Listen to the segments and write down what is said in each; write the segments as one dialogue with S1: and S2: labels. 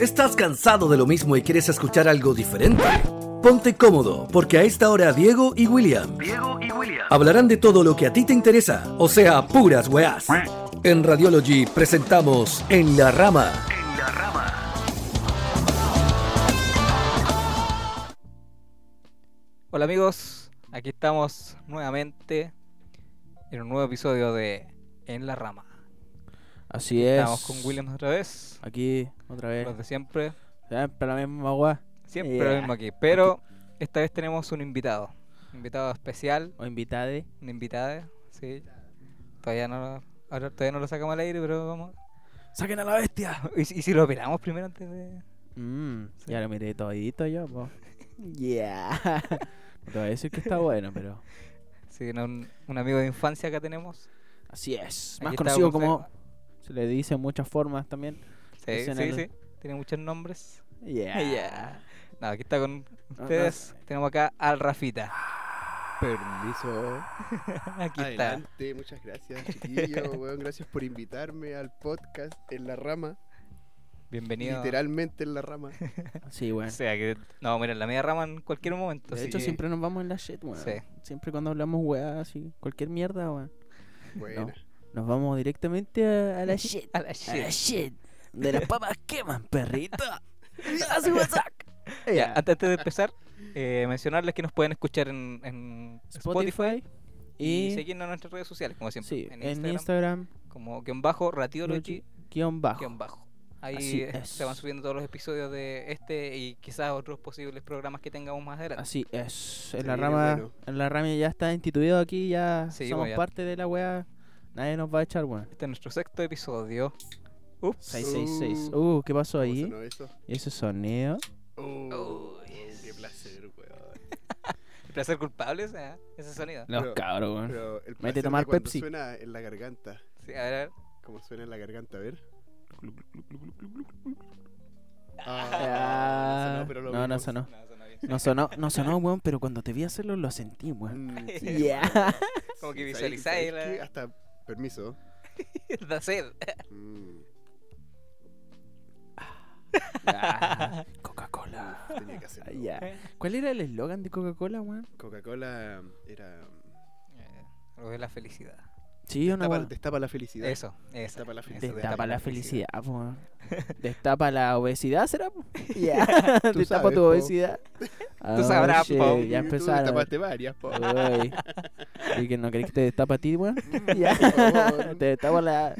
S1: ¿Estás cansado de lo mismo y quieres escuchar algo diferente? Ponte cómodo, porque a esta hora Diego y William
S2: Diego y William.
S1: hablarán de todo lo que a ti te interesa, o sea, puras weas. En Radiology presentamos En la Rama.
S2: En la rama.
S3: Hola amigos, aquí estamos nuevamente en un nuevo episodio de En la Rama.
S4: Así es.
S3: Estamos con Williams otra vez,
S4: Aquí, otra vez.
S3: los de siempre,
S4: Siempre la misma agua.
S3: siempre
S4: Yeah.
S3: lo mismo aquí, pero esta vez tenemos un invitado, un invitado especial,
S4: O invitade.
S3: una invitada, sí. Todavía no, lo- ahora todavía no lo sacamos al aire, pero vamos.
S4: ¡Saquen a la bestia!
S3: ¿Y, si- y si lo operamos primero antes de...?
S4: Mmm, ya lo miré todito yo, po. Yeah. no te voy a decir que está bueno, pero.
S3: Sí, no, un, un amigo de infancia que tenemos.
S4: Así es.
S3: Aquí
S4: Más
S3: está
S4: conocido
S3: Gonzalo.
S4: como. Se le dice en muchas formas también.
S3: Sí,
S4: Dicen
S3: sí,
S4: el-
S3: sí, tiene muchos nombres.
S4: Yeah.
S3: Yeah. No, aquí está con
S4: no
S3: ustedes,
S4: ah.
S3: tenemos acá al Rafita.
S5: Permiso.
S3: Aquí está.
S5: Adelante, muchas gracias, chiquillo. weón, gracias por invitarme al podcast en la rama.
S3: Bienvenido.
S5: Literalmente en la rama.
S4: Sí,
S3: O
S4: bueno.
S3: sea que no, mira, la media rama en cualquier momento.
S4: De
S3: así
S4: hecho,
S3: que-
S4: siempre nos vamos en la shit, weón.
S3: Sí.
S4: Siempre cuando hablamos weá, así. Cualquier mierda, weón.
S5: Buena.
S4: Nos vamos directamente a, a la shit.
S3: A la
S4: A la
S3: shit.
S4: Ah, shit. De las papas queman, perrito.
S3: Ya, antes de empezar, eh, mencionarles que nos pueden escuchar en, en Spotify,
S4: Spotify
S3: y
S4: y
S3: seguirnos en nuestras redes sociales, como siempre.
S4: sí,
S3: en
S4: en
S3: Instagram,
S4: Instagram,
S3: como guión bajo, radiology,
S4: guión bajo.
S3: guión bajo.
S4: Así
S3: Ahí eh,
S4: es.
S3: se van subiendo todos los episodios de este y quizás otros posibles programas que tengamos más adelante.
S4: Así es. En
S5: Se
S4: la
S5: viene
S4: rama,
S5: bueno.
S4: en la rama ya está instituido aquí, ya
S3: Sí,
S4: somos
S3: pues ya.
S4: parte de la wea. Nadie nos va a echar weón.
S3: Este es nuestro sexto episodio. Ups.
S4: 666.
S5: Uh,
S4: Uh, ¿qué pasó
S5: ¿Cómo
S4: ahí?
S5: sonó eso?
S4: ¿Y ese sonido?
S5: Oh, oh,
S3: yes.
S5: qué placer, weón.
S3: El placer culpable, o sea, ¿eh? ese sonido.
S4: Los
S5: Pero-
S4: cabros, weón.
S5: Pero
S4: Vete
S5: el
S4: Ah. a
S5: placer
S4: tomar
S5: de cuando
S4: Pepsi.
S5: suena en la garganta.
S3: Sí, a ver, a ver.
S5: Como suena en la garganta, a ver.
S4: Ah,
S5: sonó, pero lo
S4: no, no
S5: vimos.
S4: sonó.
S3: No, suena bien.
S4: No sonó, no sonó, weón, pero cuando te vi hacerlo lo sentí, weón.
S5: Mm, sí,
S4: Yeah.
S3: Como que
S5: ¿sabes-
S3: visualizáis
S5: sabes qué?
S3: la,
S5: Hasta permiso.
S3: la sed.
S5: Mm,
S4: Ah, Coca-Cola.
S5: tenía que
S4: Ah,
S5: hacerlo.
S4: ya. ¿Cuál era el eslogan de Coca-Cola, weón?
S5: Coca-Cola era.
S3: Eh, Lo de la felicidad.
S4: Sí, una
S5: Destapa,
S4: wea-
S5: destapa la felicidad.
S3: Eso, esa.
S5: Destapa la
S3: esa.
S5: felicidad.
S4: Destapa la
S5: la
S4: felicidad,
S5: felicidad.
S4: po. weón. Destapa la obesidad, ¿será? po?
S5: Tú
S4: Destapa
S5: sabes,
S4: tu
S5: po.
S4: obesidad. Oh,
S3: sabrás,
S4: shit,
S3: po.
S4: Ya
S5: Tú
S4: empezaron.
S5: Tapaste varias, po.
S4: Uy. ¿Y que no crees que te destapa a ti, weón? Ya.
S5: Por favor.
S4: Te destapa la,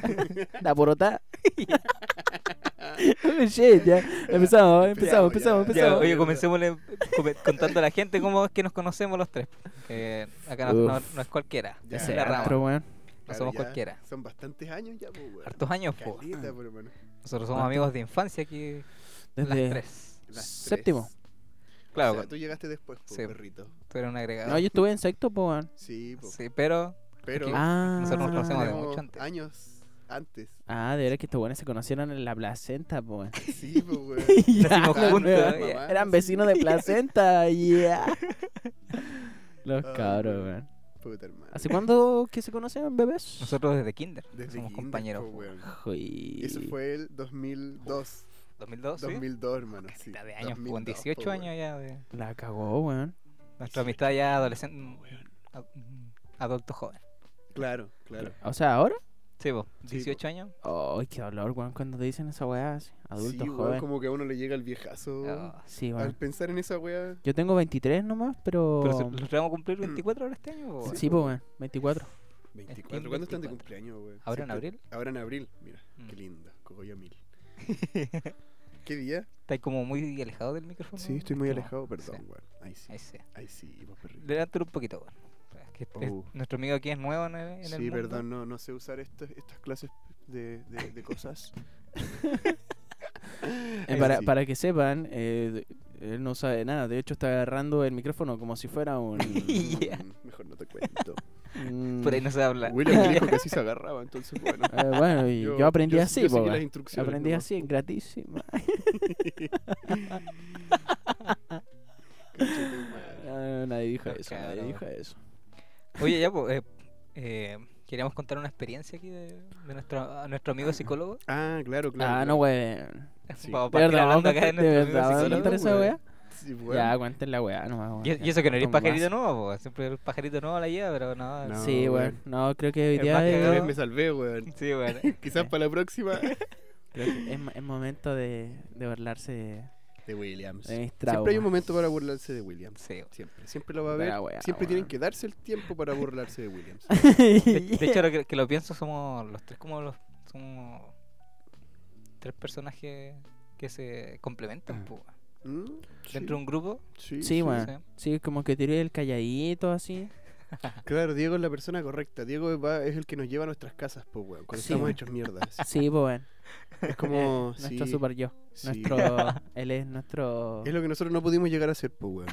S4: la porota. Oh, shit, ya. Empezamos, empezamos,
S5: Empezamos,
S4: empezamos,
S5: ya.
S3: Ya,
S4: empezamos.
S3: oye, comencémosle come- contando a la gente cómo es que nos conocemos los tres. Eh, acá no, no-
S4: Uf.
S3: no es cualquiera,
S5: Ya.
S3: es
S4: Ese
S3: la
S5: rama.
S4: antro,
S3: rama.
S4: weón.
S3: No
S5: Claro,
S3: somos
S5: ya
S3: cualquiera.
S5: Son bastantes años ya, po, weón.
S3: Hartos años, po.
S5: Caleta, por lo menos.
S3: Nosotros somos
S4: ¿Cuánto?
S3: amigos de infancia aquí, las
S4: Desde...
S3: tres.
S5: Las tres.
S4: Séptimo.
S3: Claro,
S5: O sea, tú llegaste después, po,
S3: Sí.
S5: perrito.
S3: tú eres un agregado.
S4: No, yo estuve en sexto, po, weón.
S5: Sí, po.
S3: Sí, pero
S5: Pero
S3: aquí-
S4: Ah.
S3: nosotros nos conocemos de
S5: tenemos
S3: mucho antes.
S5: años antes.
S4: Ah, de veras que estos buenos se conocieron en la placenta, po, weón.
S5: Sí, po, weón. Ah,
S4: Ya,
S3: Nacimos juntos, ¿eh?
S4: weón.
S3: ya.
S5: Mamá,
S4: Eran
S5: sí.
S4: vecinos de placenta, yeah. Los
S5: Ay,
S4: cabros,
S5: weón.
S4: weón.
S5: Puta, hermano.
S4: ¿Hace cuándo que se conocen, bebés?
S3: nosotros desde kinder,
S5: Desde
S3: somos
S5: kinder,
S3: compañeros.
S5: po,
S3: po.
S5: weón.
S4: Jui.
S5: Eso fue el 2002.
S3: 2002, ¿Ah, sí.
S5: 2002, hermano. Sí.
S3: Caleta de años, po, con
S5: 2002, po,
S3: 18
S5: weón.
S3: años ya de
S4: La cagó, weón.
S3: nuestra amistad ya adolescente, ad- adulto joven.
S5: Claro, claro.
S4: O sea, ¿ahora?
S3: Sí, vos,
S5: Sí, po.
S3: 18 años.
S4: Ay, qué dolor, weón, cuando te dicen esa weá así. Adulto,
S5: sí, weón,
S4: joven.
S5: como que a uno le llega el viejazo.
S3: Ah,
S4: Sí,
S5: Al
S4: weón.
S5: pensar en esa weá.
S4: Yo tengo 23 nomás, pero...
S3: Pero
S5: Oh.
S3: se- los vamos a cumplir 24 ahora este año. po, weón.
S4: Sí, pues, weón. 24.
S5: 24. ¿Cuándo están de
S3: 24.
S5: cumpleaños, weón?
S3: ¿Ahora en
S5: Siempre-
S3: abril?
S5: Ahora en abril, mira,
S3: Mm.
S5: qué lindo, Cogollo mil. ¿Qué día?
S3: Estás como muy alejado del micrófono. No, sí,
S5: weón. Ahí sí.
S3: Ahí sí.
S5: Ahí sí, vos perrito.
S3: Delántalo un poquito, weón. Es que este-
S5: Oh.
S3: Nuestro amigo aquí es nuevo en el, en el
S5: Sí,
S3: mundo.
S5: perdón, no, no sé usar esto- estas clases de, de- de cosas.
S4: Eh,
S5: Ahí
S4: para,
S5: sí.
S4: para que sepan, eh, él no sabe nada. De hecho, está agarrando el micrófono como si fuera un...
S3: Ya.
S5: Mm, Mejor no te cuento.
S3: Por ahí
S4: Mm,
S3: no se habla.
S5: William me dijo que así se agarraba, entonces bueno.
S4: eh, bueno, y yo, aprendí así,
S5: yo
S4: po,
S5: seguí
S4: weón.
S5: las instrucciones.
S4: Aprendí
S5: nomás.
S4: así, gratísima.
S5: Concha tu madre.
S4: Ah, nadie dijo
S3: Los
S4: eso, nadie
S3: cabros.
S4: dijo eso.
S3: Oye, ya, pues. eh, eh, queríamos contar una experiencia aquí de, de nuestro, a nuestro amigo psicólogo.
S5: Ah, claro, claro.
S4: Ah,
S5: claro.
S4: no, weón.
S5: Sí.
S3: Vamos
S4: De verdad,
S3: grabando
S4: vamos a
S3: acá de
S4: contar- de
S3: nuestro
S4: verdad,
S3: amigo
S4: vamos a
S5: psicólogo,
S4: contar esa
S5: weón.
S4: weá.
S5: Sí,
S4: Ya,
S5: weón. aguanten
S4: aguanten la weá nomás. weón,
S3: Y,
S4: ya,
S3: y eso que no eres
S4: estamos
S3: pajarito
S4: más.
S3: nuevo, po. siempre el pajarito nuevo la lleva, pero no.
S5: No.
S4: Sí, weón.
S5: weón.
S4: No, creo que hoy
S3: El
S4: día
S3: más
S4: es,
S3: cagado
S5: me salvé, weón.
S3: Sí, bueno.
S5: Quizás para la próxima.
S4: creo que es, mo- es momento de, de burlarse de,
S5: De Williams.
S4: de mis
S5: Siempre hay un
S4: traumas.
S5: momento para burlarse de Williams.
S3: Sí, bueno.
S5: Siempre. Siempre lo va a ver.
S4: La weá,
S5: Siempre tienen
S4: weón.
S5: que darse el tiempo para burlarse de Williams.
S3: De, de hecho, ahora que, que lo pienso, somos los tres como los. Somos tres personajes que se
S4: Ah,
S3: complementan, po.
S5: ¿Mm? Sí,
S3: Dentro de un grupo.
S5: sí,
S4: Sí, weón.
S3: sí.
S4: Sí, como que tiré el calladito así.
S5: Claro, Diego es la persona correcta. Diego va- es el que nos lleva a nuestras casas, po, weón. Cuando
S4: Sí,
S5: estamos
S4: weón.
S5: hechos mierdas.
S4: Sí, pues bueno.
S5: Es como. sí,
S4: Nuestro super yo.
S5: sí.
S4: Nuestro. Él es nuestro.
S5: Es lo que nosotros no pudimos llegar a ser, po, weón.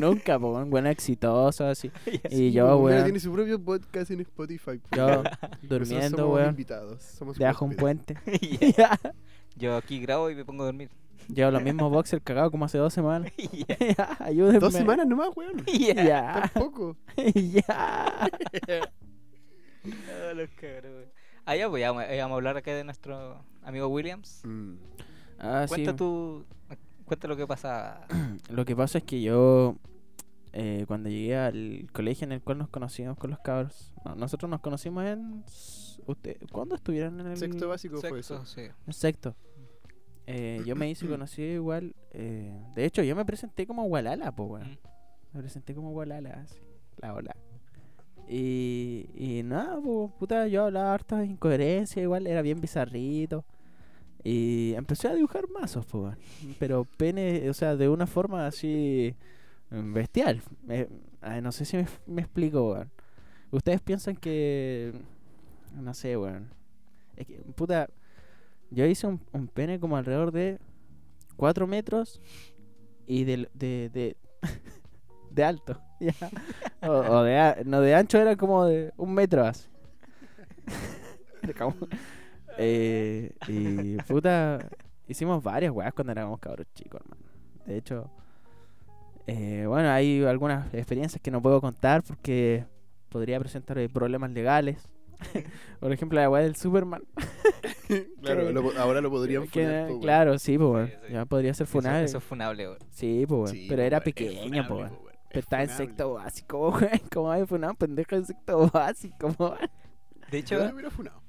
S4: Nunca, pues bueno, exitoso así. Y
S5: Sí,
S4: yo,
S5: weón, mira,
S4: weón.
S5: tiene su propio podcast en Spotify. po,
S4: Yo
S5: weón. Nosotros
S4: durmiendo,
S5: somos
S4: weón.
S5: invitados. Somos
S4: Debajo un
S5: huéspedes.
S4: puente.
S3: Yo aquí grabo y me pongo a dormir.
S4: Llevo los mismos boxers cagados como hace dos semanas. Ayúdenme.
S5: Dos semanas nomás, weón.
S4: Ya.
S5: Tampoco.
S4: Ya.
S3: Ah, los cabros. Ah, ya, pues ya, vamos- eh, vamos a hablar acá de nuestro amigo Williams.
S5: Mm.
S4: Ah, sí.
S3: cuenta tú. Cuenta lo que pasa.
S4: Lo que pasa es que yo, eh, cuando llegué al colegio en el cual nos conocíamos con los cabros, no, nosotros nos conocimos en. s- Usted, ¿Cuándo estuvieron en el
S5: Sexto básico fue eso.
S3: Sexo, sí.
S4: en sexto. Eh, yo me hice conocido igual. eh, de hecho, yo me presenté como Walala, pues,
S3: Mm.
S4: Me presenté como Walala, así. La hola. Y, y nada, pues, puta, yo hablaba hartas incoherencias, igual era bien bizarrito. Y empecé a dibujar mazos, pues, weón. Pero pene, o sea, de una forma así mm, bestial. Me- ay, no sé si me, me explico, weón. Ustedes piensan que. No sé, weón. Es que, puta, yo hice un, un pene como alrededor de 4 metros y del- de, de, de alto. ya. O, o de, a- no, de ancho era como de un metro así. Era como- Eh, y puta, hicimos varias weas cuando éramos cabros chicos, hermano. De hecho, eh, bueno, hay algunas experiencias que no puedo contar porque podría presentar eh, problemas legales. Por ejemplo, la wea del Superman.
S5: Claro,
S4: Que-
S5: lo- ahora lo podrían
S4: Que-
S5: funar, po, weón.
S4: Claro, sí, pues,
S3: Sí, sí.
S4: ya podría ser
S3: Eso,
S4: funable.
S3: eso es funable, weón.
S4: Sí, pues, weón,
S5: Sí,
S4: pero
S5: po,
S4: era
S5: weón, es
S4: pequeño, pues.
S5: funable,
S4: weón.
S5: po, weón.
S4: Pero
S5: Es
S4: estaba en
S5: funable.
S4: sexto básico, weón. ¿Cómo hay funado un pendejo en sexto básico, weón?
S3: De
S5: Yo
S3: hecho,
S5: lo hubiera funado.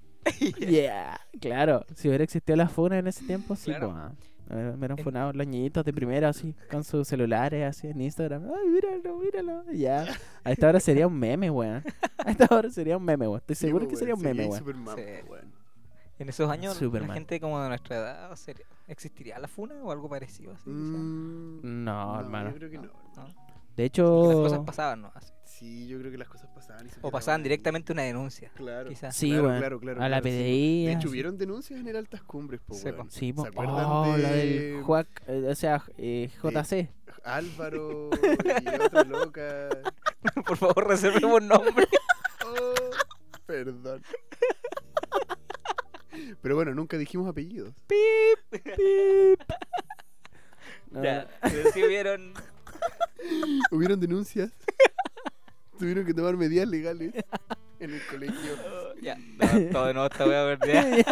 S4: Yeah, claro. Si hubiera existido la funa en ese tiempo, sí,
S3: Claro.
S4: weón. Me hubieran
S3: En-
S4: funado los niñitos de primero, así, con sus celulares, así, en Instagram. Ay, míralo, míralo. Ya. A esta hora sería un meme, weón. A esta hora sería un meme, weón. Estoy
S5: Sí,
S4: seguro
S5: po,
S4: que
S5: weón,
S4: sería un meme,
S5: ahí
S4: weón.
S5: Superman,
S3: Sí.
S5: po, weón.
S3: en esos años, la
S4: Superman.
S3: gente como de nuestra edad, o sería- ¿existiría la funa o algo parecido? Así, quizás?
S5: Mm,
S4: No,
S5: no,
S4: hermano.
S5: Yo creo que no.
S3: ¿No?
S4: De
S3: Las cosas
S4: hecho,
S3: pasaban, ¿no? Así.
S5: Sí, yo creo que las cosas pasaban. y se
S3: O pasaban
S5: quedaban.
S3: directamente una denuncia,
S5: Claro.
S3: quizás.
S4: sí,
S5: Claro,
S4: weón.
S5: claro, claro,
S4: a la
S5: claro, sí.
S4: PDI.
S5: De hecho,
S4: así.
S5: hubieron denuncias en el Altas Cumbres, po,
S3: Sí, pues. po.
S5: weón.
S4: Sí, po.
S5: ¿Se acuerdan
S4: oh,
S5: de
S4: la del Juac, eh, o sea, eh, JC.
S5: Álvaro y otra loca?
S3: Por favor, reservemos nombre.
S5: Oh, perdón. Pero bueno, nunca dijimos apellidos.
S4: No,
S3: ya, pero sí vieron.
S5: Hubieron denuncias. Tuvieron que tomar medidas legales en el colegio.
S3: Ya, no, todo de nuevo esta wea verde.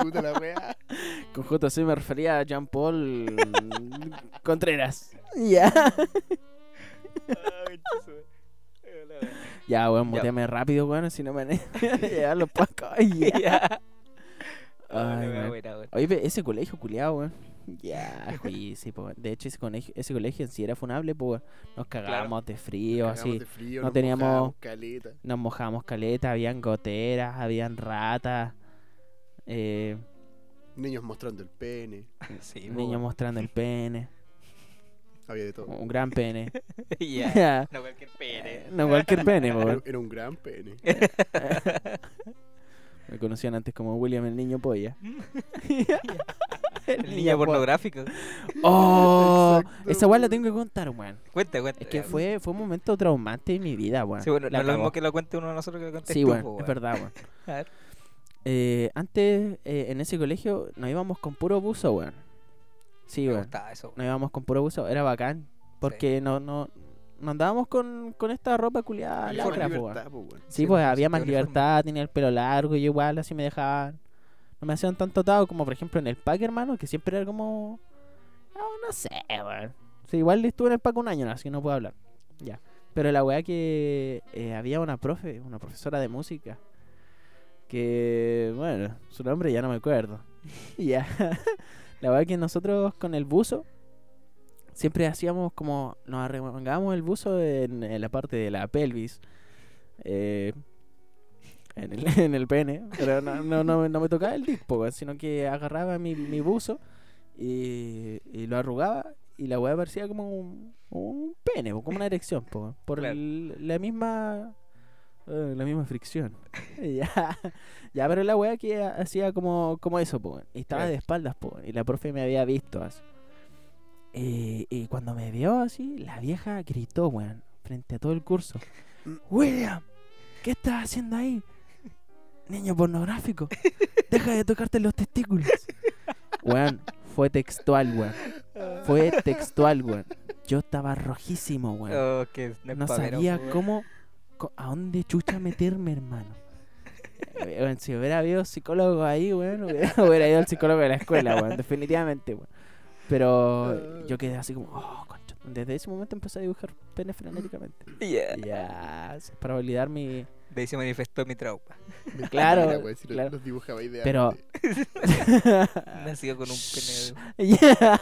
S5: Puta la wea.
S4: Con JC me refería a Jean Paul Contreras. Ya. Ya, weón,
S3: Ya.
S4: muteame rápido, weón, si no me van a llegar los pacos. Ya.
S3: Ya.
S4: Ay,
S3: Ay,
S4: weón.
S3: wea buena, weón.
S4: Oye, pe- ese colegio culiado, weón. Ya, sí, sí, po. De hecho, ese colegio, ese colegio en sí era funable, po, weón. Nos cagábamos de frío,
S5: Cagamos
S4: así.
S5: de frío,
S4: no
S5: nos
S4: teníamos-
S5: mojábamos caleta.
S4: Nos mojábamos caleta, habían goteras, habían ratas. Eh,
S5: Niños mostrando el pene.
S3: Sí, po,
S4: niños
S3: weón.
S4: mostrando el pene.
S5: Había de todo.
S4: Un gran pene.
S3: Ya.
S4: Ya.
S3: No cualquier
S4: Eh,
S3: pene.
S4: No, cualquier pene, po,
S5: Ah, Era,
S4: weón.
S5: era un gran pene.
S4: Me conocían antes como William el niño polla.
S3: El niño pornográfico.
S4: Oh,
S5: Exacto,
S4: esa weá la
S5: weón.
S4: tengo que contar, weón.
S3: Cuenta, cuenta.
S4: Es que
S3: ya.
S4: fue, fue un momento traumante en mi vida, weón.
S3: Sí, bueno, no
S4: La
S3: es lo
S4: cagó.
S3: mismo que lo cuente uno de nosotros que lo cuente
S4: Sí,
S3: tú,
S4: weón,
S3: po,
S4: es
S3: weón.
S4: verdad, weón.
S3: A ver.
S4: Eh, antes, eh, en ese colegio, nos íbamos con puro buzo, weón. Sí,
S3: Me
S4: weón.
S3: gustaba eso, weón.
S4: Nos íbamos con puro buzo, era bacán. Porque no, no, no andábamos con, con esta ropa culiada
S5: Había
S4: lacra,
S5: más
S4: po, pues, weón.
S5: libertad, po, weón.
S4: Sí,
S3: Sí,
S4: pues
S3: pues,
S4: había
S3: sí,
S4: más
S3: tenía uniforme.
S4: libertad, tenía el pelo largo y igual así me dejaban. No me hacían tanto atado como, por ejemplo, en el pack, hermano, que siempre era como. No, no sé, weón. Sí, igual estuve en el pack un año, así que no puedo hablar. Ya. Pero la weá que eh, había una profe, una profesora de música. Que, bueno, su nombre ya no me acuerdo. ya. la weá que nosotros con el buzo. Siempre hacíamos como. Nos arremangábamos el buzo en, en la parte de la pelvis. Eh, en el, en el pene, pero no, no, no, no me tocaba el disco, sino que agarraba mi, mi buzo y, y lo arrugaba y la weá parecía como un, un pene, po, como una erección, po, weón, por
S3: Claro.
S4: el- la misma eh, la misma fricción. ya, ya, pero la weá que ha- hacía como, como eso, po, weón, y estaba
S3: Claro.
S4: de espaldas, po, weón, y la profe me había visto así. Y, y cuando me vio así, la vieja gritó, weón, frente a todo el curso. William, ¿qué estás haciendo ahí? Niño pornográfico, deja de tocarte los testículos. Weón, fue textual, weón. Fue textual, weón. Yo estaba rojísimo, weón.
S3: Oh, que
S4: No sabía cómo, co- a dónde chucha meterme, hermano. Eh, weón, si hubiera habido psicólogo ahí, weón, hubiera, hubiera ido al psicólogo de la escuela, weón, definitivamente, weón. Pero yo quedé así como, oh, concha. Desde ese momento empecé a dibujar pene frenéticamente.
S3: Yeah.
S4: Ya, para validar mi.
S3: De ahí se manifestó mi trauma.
S5: Mentira,
S4: Claro,
S3: pues,
S5: güey, si lo-
S4: claro.
S5: los dibujaba ahí de
S4: Pero-
S5: arte.
S4: Ah.
S3: Nacido con un pene.
S4: Ya.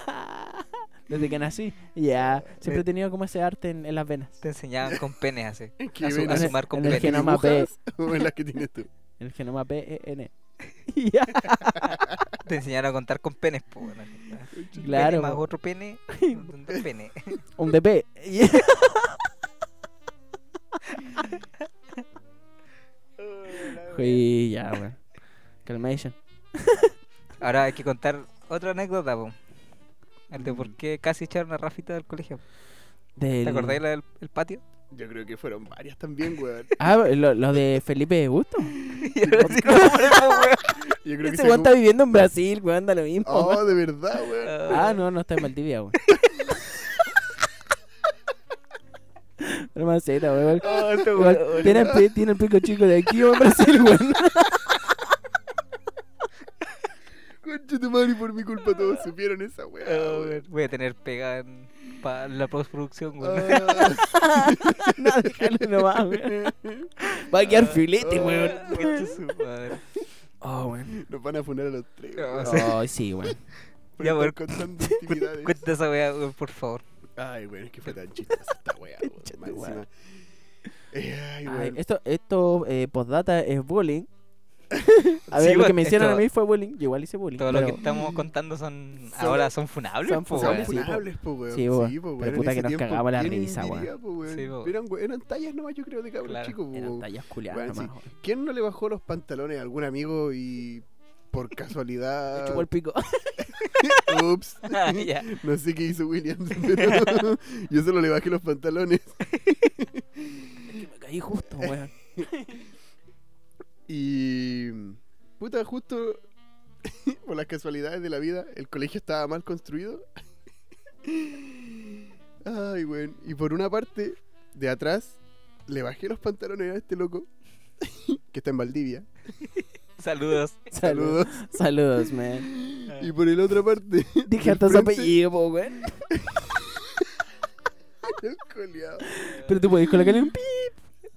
S4: Desde que nací, ya. Siempre he tenido como ese arte en, en las venas.
S3: Te enseñaban con penes así.
S5: ¿Qué
S3: A su-
S5: ven?
S3: a sumar con
S4: en
S3: pene.
S4: el genoma P,
S5: ¿O en las que tienes tú?
S4: en el genoma E PEN. Ya.
S3: Te enseñaron a contar con penes, po, weón. Un
S4: Claro,
S3: Pene más
S4: po.
S3: otro pene. Un dos pene.
S4: Un DP. Ya. Uy, ya, weón. Calmation.
S3: Ahora hay que contar otra anécdota, po. El de por qué casi echaron a Rafita del colegio.
S4: Del-
S3: ¿Te acordáis la del el patio?
S5: Yo creo que fueron varias también, güey.
S4: Ah, lo, lo de Felipe Gusto.
S3: Y ahora sí, no, po,
S5: Yo creo que
S4: Ese
S5: se
S4: weón está viviendo en Brasil, weón, anda lo mismo.
S5: Oh, de verdad, güey.
S3: weón.
S4: Ah, no, no está en Maldivia, weón. Hermancita, weón.
S5: Oh, este
S4: Igual,
S5: weón.
S4: tiene, el pi- tiene el pico chico de aquí o en Brasil, weón.
S5: Concha tu madre, y por mi culpa
S4: Ah,
S5: todos supieron esa weá.
S3: Oh,
S5: weón.
S3: weón, Voy a tener pegada en pa- la postproducción, weón.
S5: Ah,
S4: no, déjalo nomás, weón. Va a quedar filete,
S5: oh,
S4: weón.
S3: Concha su madre.
S4: Oh, weón.
S5: Nos van a funar a los tres.
S3: No,
S5: weón,
S3: o sea,
S4: Oh, sí, weón.
S5: por
S3: ya,
S5: estar
S3: weón.
S5: contando intimidades.
S3: Cuenta esa weá, weón, por favor.
S5: Ay, weón, es que fue tan chistosa esta weá. weón,
S4: Concha tu
S5: más encima.
S4: madre.
S5: Eh, Ay,
S4: Ay,
S5: weón.
S4: esto, esto eh, postdata es bullying. A ver,
S3: Sí,
S4: lo que
S3: weón,
S4: me hicieron
S3: esto-
S4: a mí fue bullying. Yo igual hice bullying.
S3: Todo lo
S4: pero-
S3: que estamos contando son.
S5: Son-
S3: Ahora son funables,
S4: son
S3: po,
S5: Son
S3: weón.
S4: sí, po.
S5: funables, po, weón.
S4: Sí, po.
S5: po,
S4: Pero
S5: weón, en
S4: puta que
S5: ese
S4: nos
S5: tiempo,
S4: cagaba la
S5: ¿quién
S4: risa, weón.
S5: diría, po, weón?
S3: Sí, po.
S5: Eran, eran tallas nomás, yo creo, de cabros
S3: Claro,
S5: chicos, po,
S4: Eran
S5: weón.
S4: tallas culiadas
S5: Weón,
S4: nomás, weón.
S5: ¿Quién no le bajó los pantalones a algún amigo y por
S4: Me
S5: casualidad?
S4: chupó el pico.
S5: Ups.
S3: Ah, ya.
S5: No sé qué hizo Williams, pero yo solo le bajé los pantalones.
S4: me caí justo, weón.
S5: Y. Puta, justo por las casualidades de la vida, el colegio estaba mal construido. Ay, weón. Y por una parte, de atrás, le bajé los pantalones a este loco que está en Valdivia.
S3: Saludos.
S5: Saludos.
S4: Saludos, man.
S5: Y por el otra parte.
S4: Dije hasta
S5: del
S4: su
S5: frente,
S4: apellido, po, weón.
S5: el coleado.
S4: Pero tú puedes colocarle un pi.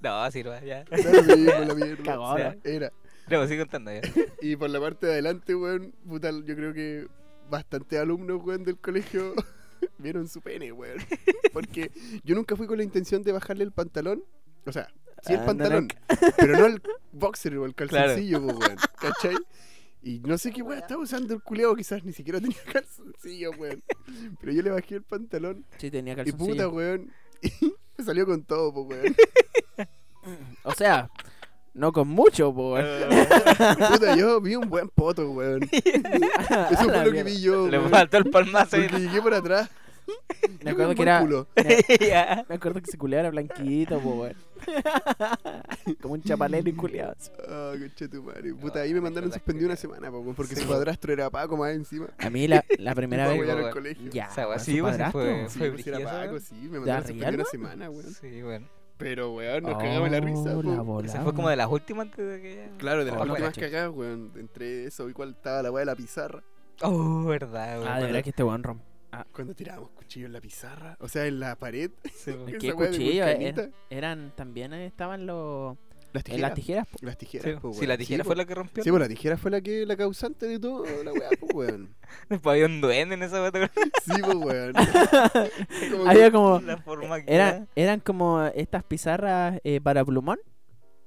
S3: No, sirva, ya.
S5: Da lo mismo, la mierda.
S4: Cagó ahora.
S5: Era.
S3: Pero sigo contando ya.
S5: Y por la parte de adelante, weón, puta, yo creo que bastantes alumnos, weón, del colegio vieron su pene, weón. Porque yo nunca fui con la intención de bajarle el pantalón. O sea, sí el
S4: Ah,
S5: pantalón, pero no el boxer o el calzoncillo, po, weón. ¿Cachai? Y no sé qué weón estaba usando el culeado, quizás ni siquiera tenía calzoncillo, weón. Pero yo le bajé el pantalón
S4: Sí, tenía
S5: y puta,
S4: calzoncillo.
S5: weón. me salió con todo, po, weón.
S4: O sea, no con mucho, po,
S5: Ah.
S4: weón.
S5: Puta, yo vi un buen poto, weón. Eso fue lo que vi yo,
S3: Le
S5: Oh, weón.
S3: faltó el palmazo y
S5: Porque llegué por atrás.
S4: Me
S5: Yo
S4: acuerdo
S5: vi
S4: que
S5: un
S4: era.
S5: buen culo.
S4: me-
S3: Ya.
S4: Me acuerdo que se culeaba era blanquito, po, weón. Como un chapalero y culeado. así.
S5: Ah, concha tu madre. Puta,
S3: No,
S5: ahí me
S3: la verdad
S5: mandaron
S3: es
S5: suspendido
S3: que-
S5: una semana, po, weón, porque su padrastro era Paco más encima.
S4: A mí la, la primera
S5: Para
S4: vez.
S5: apoyar
S3: weón.
S5: al colegio.
S4: Ya,
S3: Esa weá
S4: weón,
S3: sí,
S4: su
S3: weón, se
S4: padrastro,
S3: fue-
S4: weón.
S5: Sí, pues, era
S3: brígida esa
S5: Paco,
S3: weá.
S5: sí, me mandaron suspendido
S4: arriarlo?
S5: una semana, weón.
S3: Sí, bueno.
S5: Pero, weón, nos cagamos
S3: Oh,
S5: la risa. po.
S3: Esa fue como de las últimas antes de que.
S5: Claro, de las
S3: Oh, la
S5: últimas
S4: caché.
S5: cagadas, weón. Entre eso, igual estaba la weá de la pizarra.
S3: Oh, verdad,
S4: Ah, de
S3: weón.
S4: verdad que este weón rompe.
S5: Cuando tirábamos cuchillo en la pizarra, o sea, en la pared.
S3: Sí, weón.
S5: Esa
S4: ¿Qué
S5: weá de
S4: cuchillo?
S5: vulcanita.
S4: Era- eran también eh, estaban los
S5: Las
S4: en
S5: tijeras.
S4: las tijeras. pues. po.
S5: Las
S3: Sí,
S5: tijeras,
S3: weón.
S5: po,
S3: si
S5: weón.
S3: la tijera
S5: Sí,
S3: fue
S5: po.
S3: la que rompió.
S5: Sí, pues la tijera fue la que la causante de todo la weá, pues weón.
S3: Después había un duende en esa weá. ¿te acuerdas?
S5: Sí, pues weón. Como que-
S4: Había como
S3: La forma que.
S4: eran eran como estas pizarras eh, para plumón,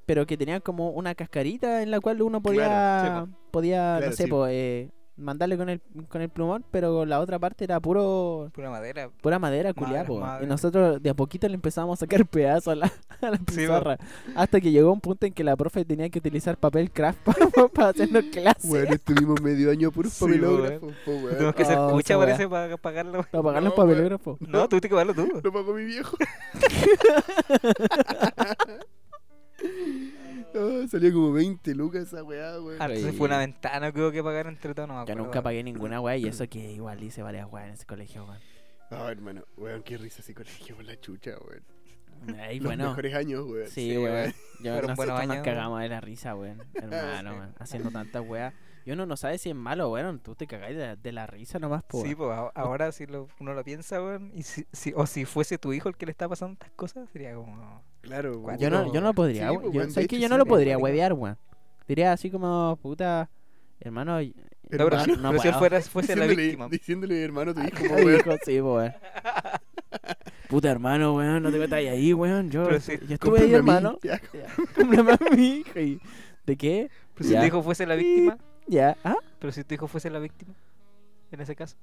S4: pero que tenían como una cascarita en la cual uno podía
S5: Claro,
S4: podía no
S5: Claro,
S4: sé
S5: sí,
S4: po, eh, mandarle con el con el plumón, pero la otra parte era puro
S3: Pura madera.
S4: pura madera
S3: Madre,
S4: culiá, po.
S3: madre.
S4: y nosotros de a poquito le empezamos a sacar pedazos a la, a la
S3: po.
S4: pizarra hasta que llegó un punto en que la profe tenía que utilizar papel craft para, para hacernos clases.
S5: Weón, estuvimos medio año puros
S3: Sí,
S5: papelógrafos, po, weón.
S3: Tuvimos que hacer
S4: Oh,
S3: cucha,
S4: esa weá.
S3: parece, para pagarlo.
S4: Para pagar
S5: No,
S4: los
S5: weón.
S4: papelógrafos.
S3: No, tuviste que pagarlo tú.
S5: Lo pagó mi viejo. Ah, salió como 20 lucas esa weá, weón.
S3: Ah, entonces fue una ventana que hubo que pagar entre todos. No Mm. me
S4: Yo
S3: acuerdo,
S4: nunca
S3: weón.
S4: pagué ninguna weá y eso que igual hice varias weá en ese colegio, weón.
S5: Ah, hermano, weón, qué risa ese colegio por la chucha, weón.
S4: Ay,
S5: Los
S4: bueno.
S5: mejores años, weón.
S4: Sí, weón. Yo
S3: Fueron
S4: nosotros
S3: buenos
S4: nos
S3: años.
S4: cagamos de la risa, weón. Hermano,
S5: Sí.
S4: weón. Haciendo tantas weas. Y uno no sabe si es malo, weón. Tú te cagás de la, de la risa nomás, po.
S3: Sí,
S4: weón.
S3: pues a- ahora si lo, uno lo piensa, weón, y si, si- o si fuese tu hijo el que le está pasando estas cosas, sería como...
S5: Claro, weón.
S4: yo, no, yo no podría,
S5: Sí,
S4: weón.
S5: pues,
S4: Yo,
S5: weón, de
S4: ¿sabes
S5: hecho,
S4: que yo
S5: sí,
S4: no lo
S5: es
S4: podría
S3: cuático.
S4: webear, weón. Diría así como, puta, hermano. y-
S3: No, pero, si-
S5: Hermano,
S4: no
S3: pero si él
S4: puedo.
S3: fuera, fuese la
S5: diciéndole,
S3: víctima.
S5: diciéndole, hermano, tu hijo,
S4: Ay,
S5: weón.
S4: hijo, sí, po, weón. Puta, hermano, weón. No te metas ahí, weón. Yo,
S3: Pero sí,
S4: yo estuve ahí,
S5: Cómprame a mí,
S4: hermano.
S5: ya,
S4: Cómprame a mi hijo y- ¿De qué?
S3: Pero si
S4: Ya.
S3: tu hijo fuese la víctima,
S4: Ya. ¿Ah?
S3: pero si tu hijo fuese la víctima, en ese caso.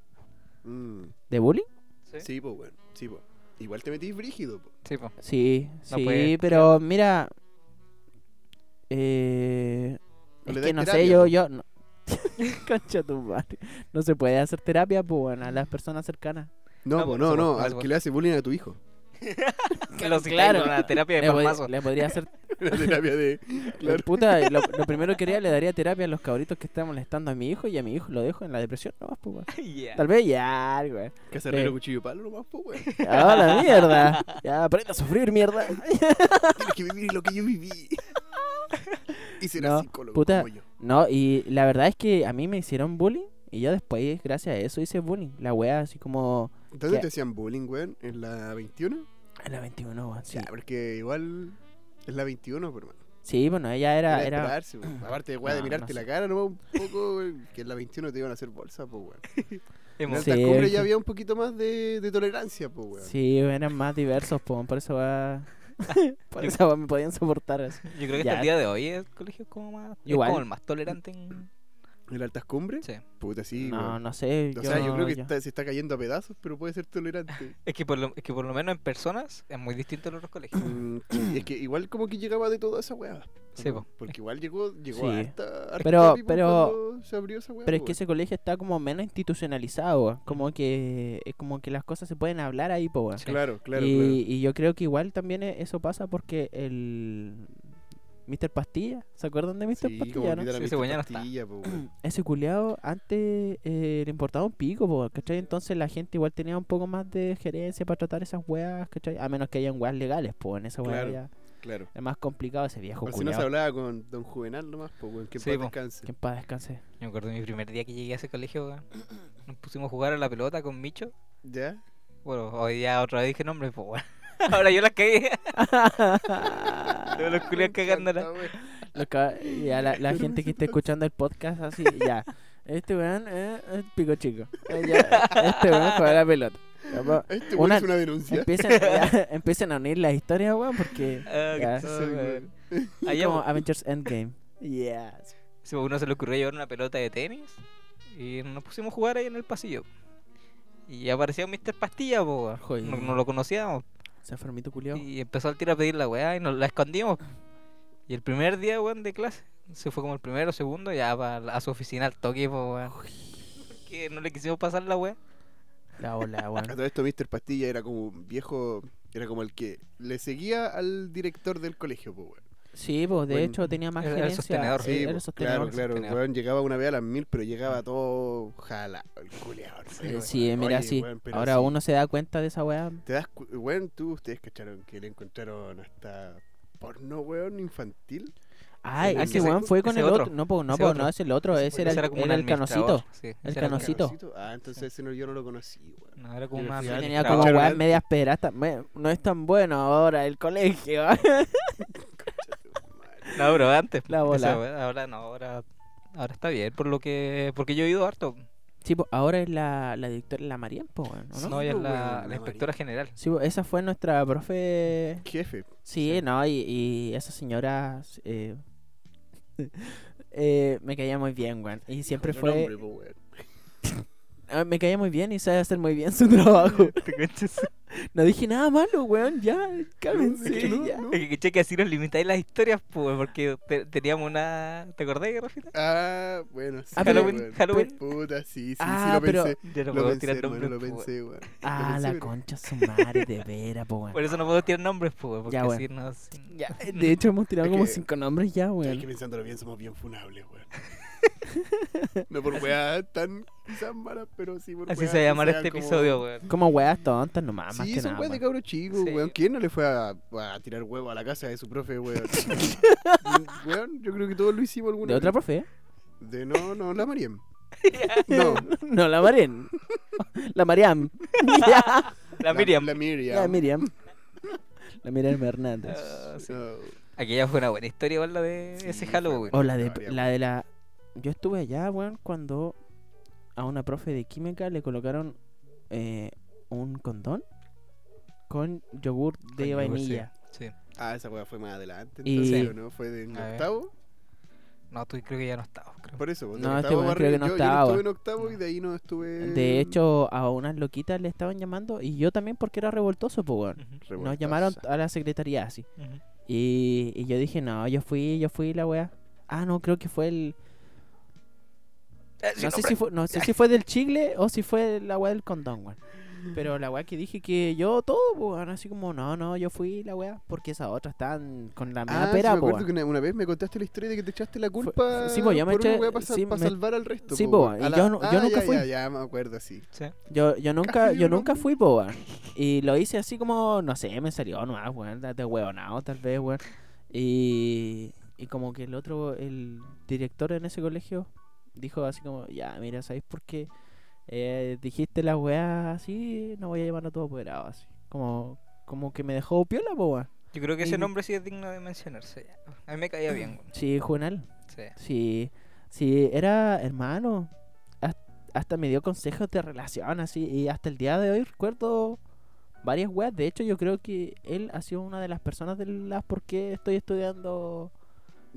S5: Mm,
S4: ¿De bullying?
S3: Sí,
S5: Sí, pues, weón. Sí, pues. Igual te metís brígido, po.
S3: Sí, po.
S4: Sí,
S3: No
S4: sí,
S3: puede,
S4: pero mira. Eh,
S5: O
S4: es que
S5: le dais
S4: no sé,
S5: terapia,
S4: yo.
S5: po.
S4: yo no. Concha tu madre. No se puede hacer terapia, pues bueno, a las personas cercanas.
S5: No,
S3: No,
S5: po,
S3: por
S5: no,
S3: eso,
S5: no.
S3: por
S5: Al
S3: eso,
S5: que le hace bullying a tu hijo.
S3: Que lo citáis
S4: claro.
S3: con la terapia de
S4: Le, pod-
S3: palmazo.
S4: le podría hacer.
S5: La terapia de. Claro.
S4: Puta, lo, lo primero que haría, le daría terapia a los cabritos que están molestando a mi hijo y a mi hijo lo dejo en la depresión nomás, pues weón.
S3: Ya.
S4: Tal vez ya, güey.
S5: Cazarrero,
S4: Sí.
S5: cuchillo y palo nomás, po, weón.
S4: ¡Ah, la mierda! Ya, aprende a sufrir, mierda.
S5: Tienes que vivir lo que yo viví. Y serás
S4: No,
S5: psicólogo
S4: puta.
S5: como yo.
S4: No, y la verdad es que a mí me hicieron bullying y yo después, gracias a eso, hice bullying. La wea así como.
S5: ¿Dónde
S4: Ya.
S5: te hacían bullying, weón? ¿En la 21?
S4: A la 21, weón. Sí,
S5: Ya, porque igual. Es la 21, po, hermano.
S4: sí bueno, ella era.
S5: Era
S4: era...
S5: esperarse, po. Aparte, weón, de
S4: No,
S5: mirarte
S4: no
S5: la
S4: sé.
S5: cara nomás un poco, weón, Que en la 21 te iban a hacer bolsa, po, weón. En
S3: Emo.
S4: Sí.
S5: altas cumbres
S4: sí.
S5: ya había un poquito más de, de tolerancia, po, weón.
S4: Sí, eran más diversos, po, por eso va. por eso va, me podían soportar así.
S3: Yo creo que hasta
S4: Ya.
S3: el día de hoy el colegio es como más... es
S4: Igual.
S3: como el más tolerante en...
S5: ¿En altas cumbres?
S3: Sí.
S5: Puta, sí,
S4: no,
S5: weón.
S4: no sé.
S5: O
S4: Yo,
S5: sea, yo creo que
S4: yo-
S5: está- se está cayendo a pedazos, pero puede ser tolerante.
S3: Es que, por lo, es que por lo menos en personas es muy distinto a los otros colegios.
S5: Mm, sí, es que igual como que llegaba de toda esa weá.
S3: Sí,
S5: ¿no?
S3: po.
S5: Porque igual llegó, llegó
S4: Sí.
S5: harta, harta
S4: Pero-
S5: people
S4: pero-
S5: cuando se abrió esa weá.
S4: Pero es
S5: po,
S4: que ese colegio está como menos institucionalizado, weón. como que es como que las cosas se pueden hablar ahí, po. weón.
S3: Sí.
S5: Claro, claro,
S4: y,
S5: claro.
S4: y yo creo que igual también e- eso pasa porque el Mr. Pastilla, ¿se acuerdan de Mr.
S5: Sí, como
S4: Pastilla? no?
S5: olvidar a
S3: Sí, ese
S5: Mr.
S3: weón ya no está.
S5: Pastilla, po, weón.
S4: Ese culiado antes eh, le importaba un pico, po, ¿cachai? Entonces la gente igual tenía un poco más de gerencia para tratar esas weas, ¿cachai? A menos que hayan weas legales, pues en esa wea
S5: Claro.
S4: ya
S5: Claro.
S4: es más complicado ese viejo
S5: Así no se
S4: culiado.
S5: hablaba con Don Juvenal nomás, po, weón, que en
S3: Sí,
S5: paz
S3: po.
S5: descanse.
S4: Que en paz descanse.
S3: Yo me acuerdo de mi primer día que llegué a ese colegio, weón. Nos pusimos a jugar a la pelota con Micho.
S5: ¿Ya?
S3: Bueno, hoy día otra vez dije nombre, pues weón. Ahora yo la caí. Todos los culiados cagándola.
S5: Chanta, weón.
S4: Lo ca- ya la, la gente que esté escuchando el podcast así, ya. Este weón eh, es pico chico. Eh, ya, este weón juega la pelota. Ya, po.
S5: Este weón
S4: Una-
S5: es una denuncia.
S4: Empiecen, ya, empiecen a unir las historias, weón, porque
S3: Ah,
S4: Ya,
S3: qué
S5: Ay,
S4: sí,
S3: chistoso,
S5: weón.
S3: weón. Allá,
S4: como
S3: po,
S4: Avengers Endgame. Yes.
S3: si pues, a uno se le ocurrió llevar una pelota de tenis y nos pusimos a jugar ahí en el pasillo. Y apareció Mr. Pastilla, po,
S4: Joder.
S3: weón. no, no lo conocíamos.
S4: Se enfermito culiao.
S3: Y empezó al tiro a pedir la weá y nos la escondimos. Y el primer día, weón, de clase, se fue como el primero o segundo, ya pa- a su oficina al toque, po, weón. Porque no le quisimos pasar la weá.
S4: La ola,
S5: A
S4: weón.
S5: todo esto, Mr. Pastilla era como un viejo. Era como el que le seguía al director del colegio, po, weón.
S4: Sí, pues de
S5: Buen-
S4: hecho tenía más
S3: Era el
S4: gerencia.
S3: sostenedor.
S4: Sí,
S5: Sí,
S4: Eh, era el
S5: pues,
S4: sostenedor.
S5: claro, claro.
S3: sostenedor.
S5: weón, llegaba una vez a las mil, pero llegaba todo jalado, el culiao, no sé,
S4: Eh,
S5: weón.
S4: sí, mira,
S5: Oye,
S4: sí.
S5: weón, pero
S4: Ahora
S5: sí.
S4: uno se da cuenta de esa weá.
S5: Te das cu- weón, tú, ustedes cacharon que le encontraron hasta porno, weón, infantil.
S4: Ay,
S5: Sí,
S4: ese
S5: ese-
S4: weón fue con
S3: ese
S4: el
S3: otro.
S4: otro. No, pues no,
S3: Ese
S4: pues
S3: otro.
S4: no, es el otro. Ese era
S3: Ese
S4: el,
S3: como un
S4: era el
S3: administrador,
S4: canocito.
S3: sí, ese
S4: el
S3: era
S4: canocito.
S5: Ah, entonces ese no, yo no lo conocí, weón.
S3: No, era como
S5: Yo
S3: una
S5: fui
S4: Yo
S5: al-
S4: tenía
S5: Claro.
S4: como
S5: Claro.
S4: weas medias pedrastas. Me- No es tan bueno ahora el colegio.
S3: No, pero antes.
S4: La
S3: esa
S4: bola.
S3: weá, ahora no, ahora, ahora está bien, por lo que. Porque yo he ido harto.
S4: sí, pues ahora es la, la directora, la Marian, pues, weón, ¿o
S3: No,
S4: ¿no?
S3: ella es
S5: pues,
S3: la,
S5: weón,
S3: la
S5: la
S3: inspectora general.
S4: Sí, pues, esa fue nuestra profe.
S5: Jefe.
S4: Sí, no, y, y esa señora. eh, eh, me caía muy bien, weón. Y siempre
S5: Con
S4: fue.
S5: nombre, po, weón.
S4: Ah, me caía muy bien y sabe hacer muy bien su trabajo.
S3: ¿Te cachas?
S4: No dije nada malo, weón. Ya, cálmense.
S5: Es que no,
S4: ya.
S5: no.
S3: Es que, che, que así nos limitáis las historias, pues, porque te- teníamos una. ¿Te acordás, Rafita?
S5: Ah, bueno, sí,
S4: Ah, pero-
S5: weón.
S3: Halloween.
S5: Puta, sí, sí,
S4: Ah,
S5: sí, lo
S4: pero-
S5: pensé.
S3: Ya no
S5: Lo
S3: puedo
S5: pensé,
S3: tirar
S5: hermano,
S3: nombres.
S5: lo
S3: pues, weón.
S5: pensé, weón.
S4: Ah, la
S5: pero-
S4: concha su madre, de veras, po,
S3: Por
S4: weón.
S3: eso no puedo tirar nombres, pues, weón, porque
S4: Ya,
S3: así nos.
S4: Ya, de hecho, hemos tirado
S5: Es
S4: como
S5: que-
S4: cinco nombres ya,
S5: Es que
S4: weón.
S5: pensándolo bien, somos bien funables, weón. no por weas tan quizás malas, pero sí por
S3: Así
S5: weas
S3: se va a
S5: que
S3: llamar
S5: sean
S3: este
S5: como-
S3: episodio, weón.
S4: Como weas tontas nomás, Ah, más
S5: Sí,
S4: que
S5: son
S4: nada.
S5: weas de
S4: weón.
S5: cabros chicos,
S3: Sí.
S5: weón. ¿Quién no le fue a, a tirar huevo a la casa de su profe, weón? weón, yo creo que todos lo hicimos alguna
S4: ¿De otra
S5: vez.
S4: profe?
S5: De no, no, la Mariam. no,
S4: No, la Marian. La Mariam. Ya.
S3: La Miriam.
S5: La Miriam.
S4: La Miriam. La Miriam Hernández.
S3: Ah, sí.
S5: No.
S3: Aquella fue una buena historia, igual, la de ese
S5: Sí,
S3: Halloween.
S4: O la de
S5: María,
S4: la de la. Yo estuve allá, weón, cuando a una profe de química le colocaron eh, un condón con yogur de
S5: yogur,
S4: vainilla.
S3: Sí.
S5: Ah, esa wea fue más adelante,
S4: Y-
S5: entonces, ¿o ¿no? Fue de en
S3: A ver.
S5: octavo.
S3: No, tú creo que ya no estabas, creo.
S5: Por eso, pues, de
S4: No, este
S5: octavo
S4: weón
S5: para
S4: creo que no
S5: arriba. yo, yo
S4: estaba.
S5: estuve en octavo y de ahí no estuve.
S4: De hecho, a unas loquitas le estaban llamando y yo también porque era revoltoso, pues, weón.
S3: Ujú,
S5: Revoltosa.
S4: Nos llamaron a la secretaría así.
S3: ujú.
S4: Y, y yo dije, no, yo fui, yo fui la weá. Ah, no, creo que fue el.
S5: Eh,
S4: No sé, si fue, no sé si fue del chicle o si fue la weá del condón, weón. Pero la weá que dije que yo todo, po, weón, así como, no, no, yo fui la weá, porque esas otras están con la mea
S5: Ah, sí,
S4: pera,
S5: me
S4: po,
S5: acuerdo
S4: weón.
S5: que una, una vez me contaste la historia de que te echaste la culpa
S4: sí, pues, yo me
S5: por una
S4: eché-
S5: wea para
S4: sí, me-
S5: salvar al resto.
S4: sí,
S5: po,
S4: pues,
S5: weón.
S4: y
S5: A la-
S4: yo no- yo
S5: Ah,
S4: nunca
S5: ya,
S4: fui.
S5: Ya, ya, me acuerdo, sí.
S3: Sí.
S4: Yo, yo nunca,
S5: Casi
S4: yo
S5: no.
S4: nunca fui, po, weón. Y lo hice así como, no sé, me salió nomás, weón, de- de hueonado tal vez, weón. Y, y como que el otro, el director en ese colegio dijo así como, ya, mira, ¿sabéis por qué? Eh, dijiste las weas así, no voy a llevar a todo apoderado así. Como, como que me dejó piola, po, weón.
S3: Yo creo que
S4: Y-
S3: ese nombre sí es digno de mencionarse. ya. A mí me
S5: Mm.
S3: caía bien, weón.
S4: Sí, Juvenal.
S3: Sí.
S4: Sí, sí, era hermano. Has- Hasta me dio consejos de relación, así. Y hasta el día de hoy recuerdo varias weas. De hecho, yo creo que él ha sido una de las personas de las por qué estoy estudiando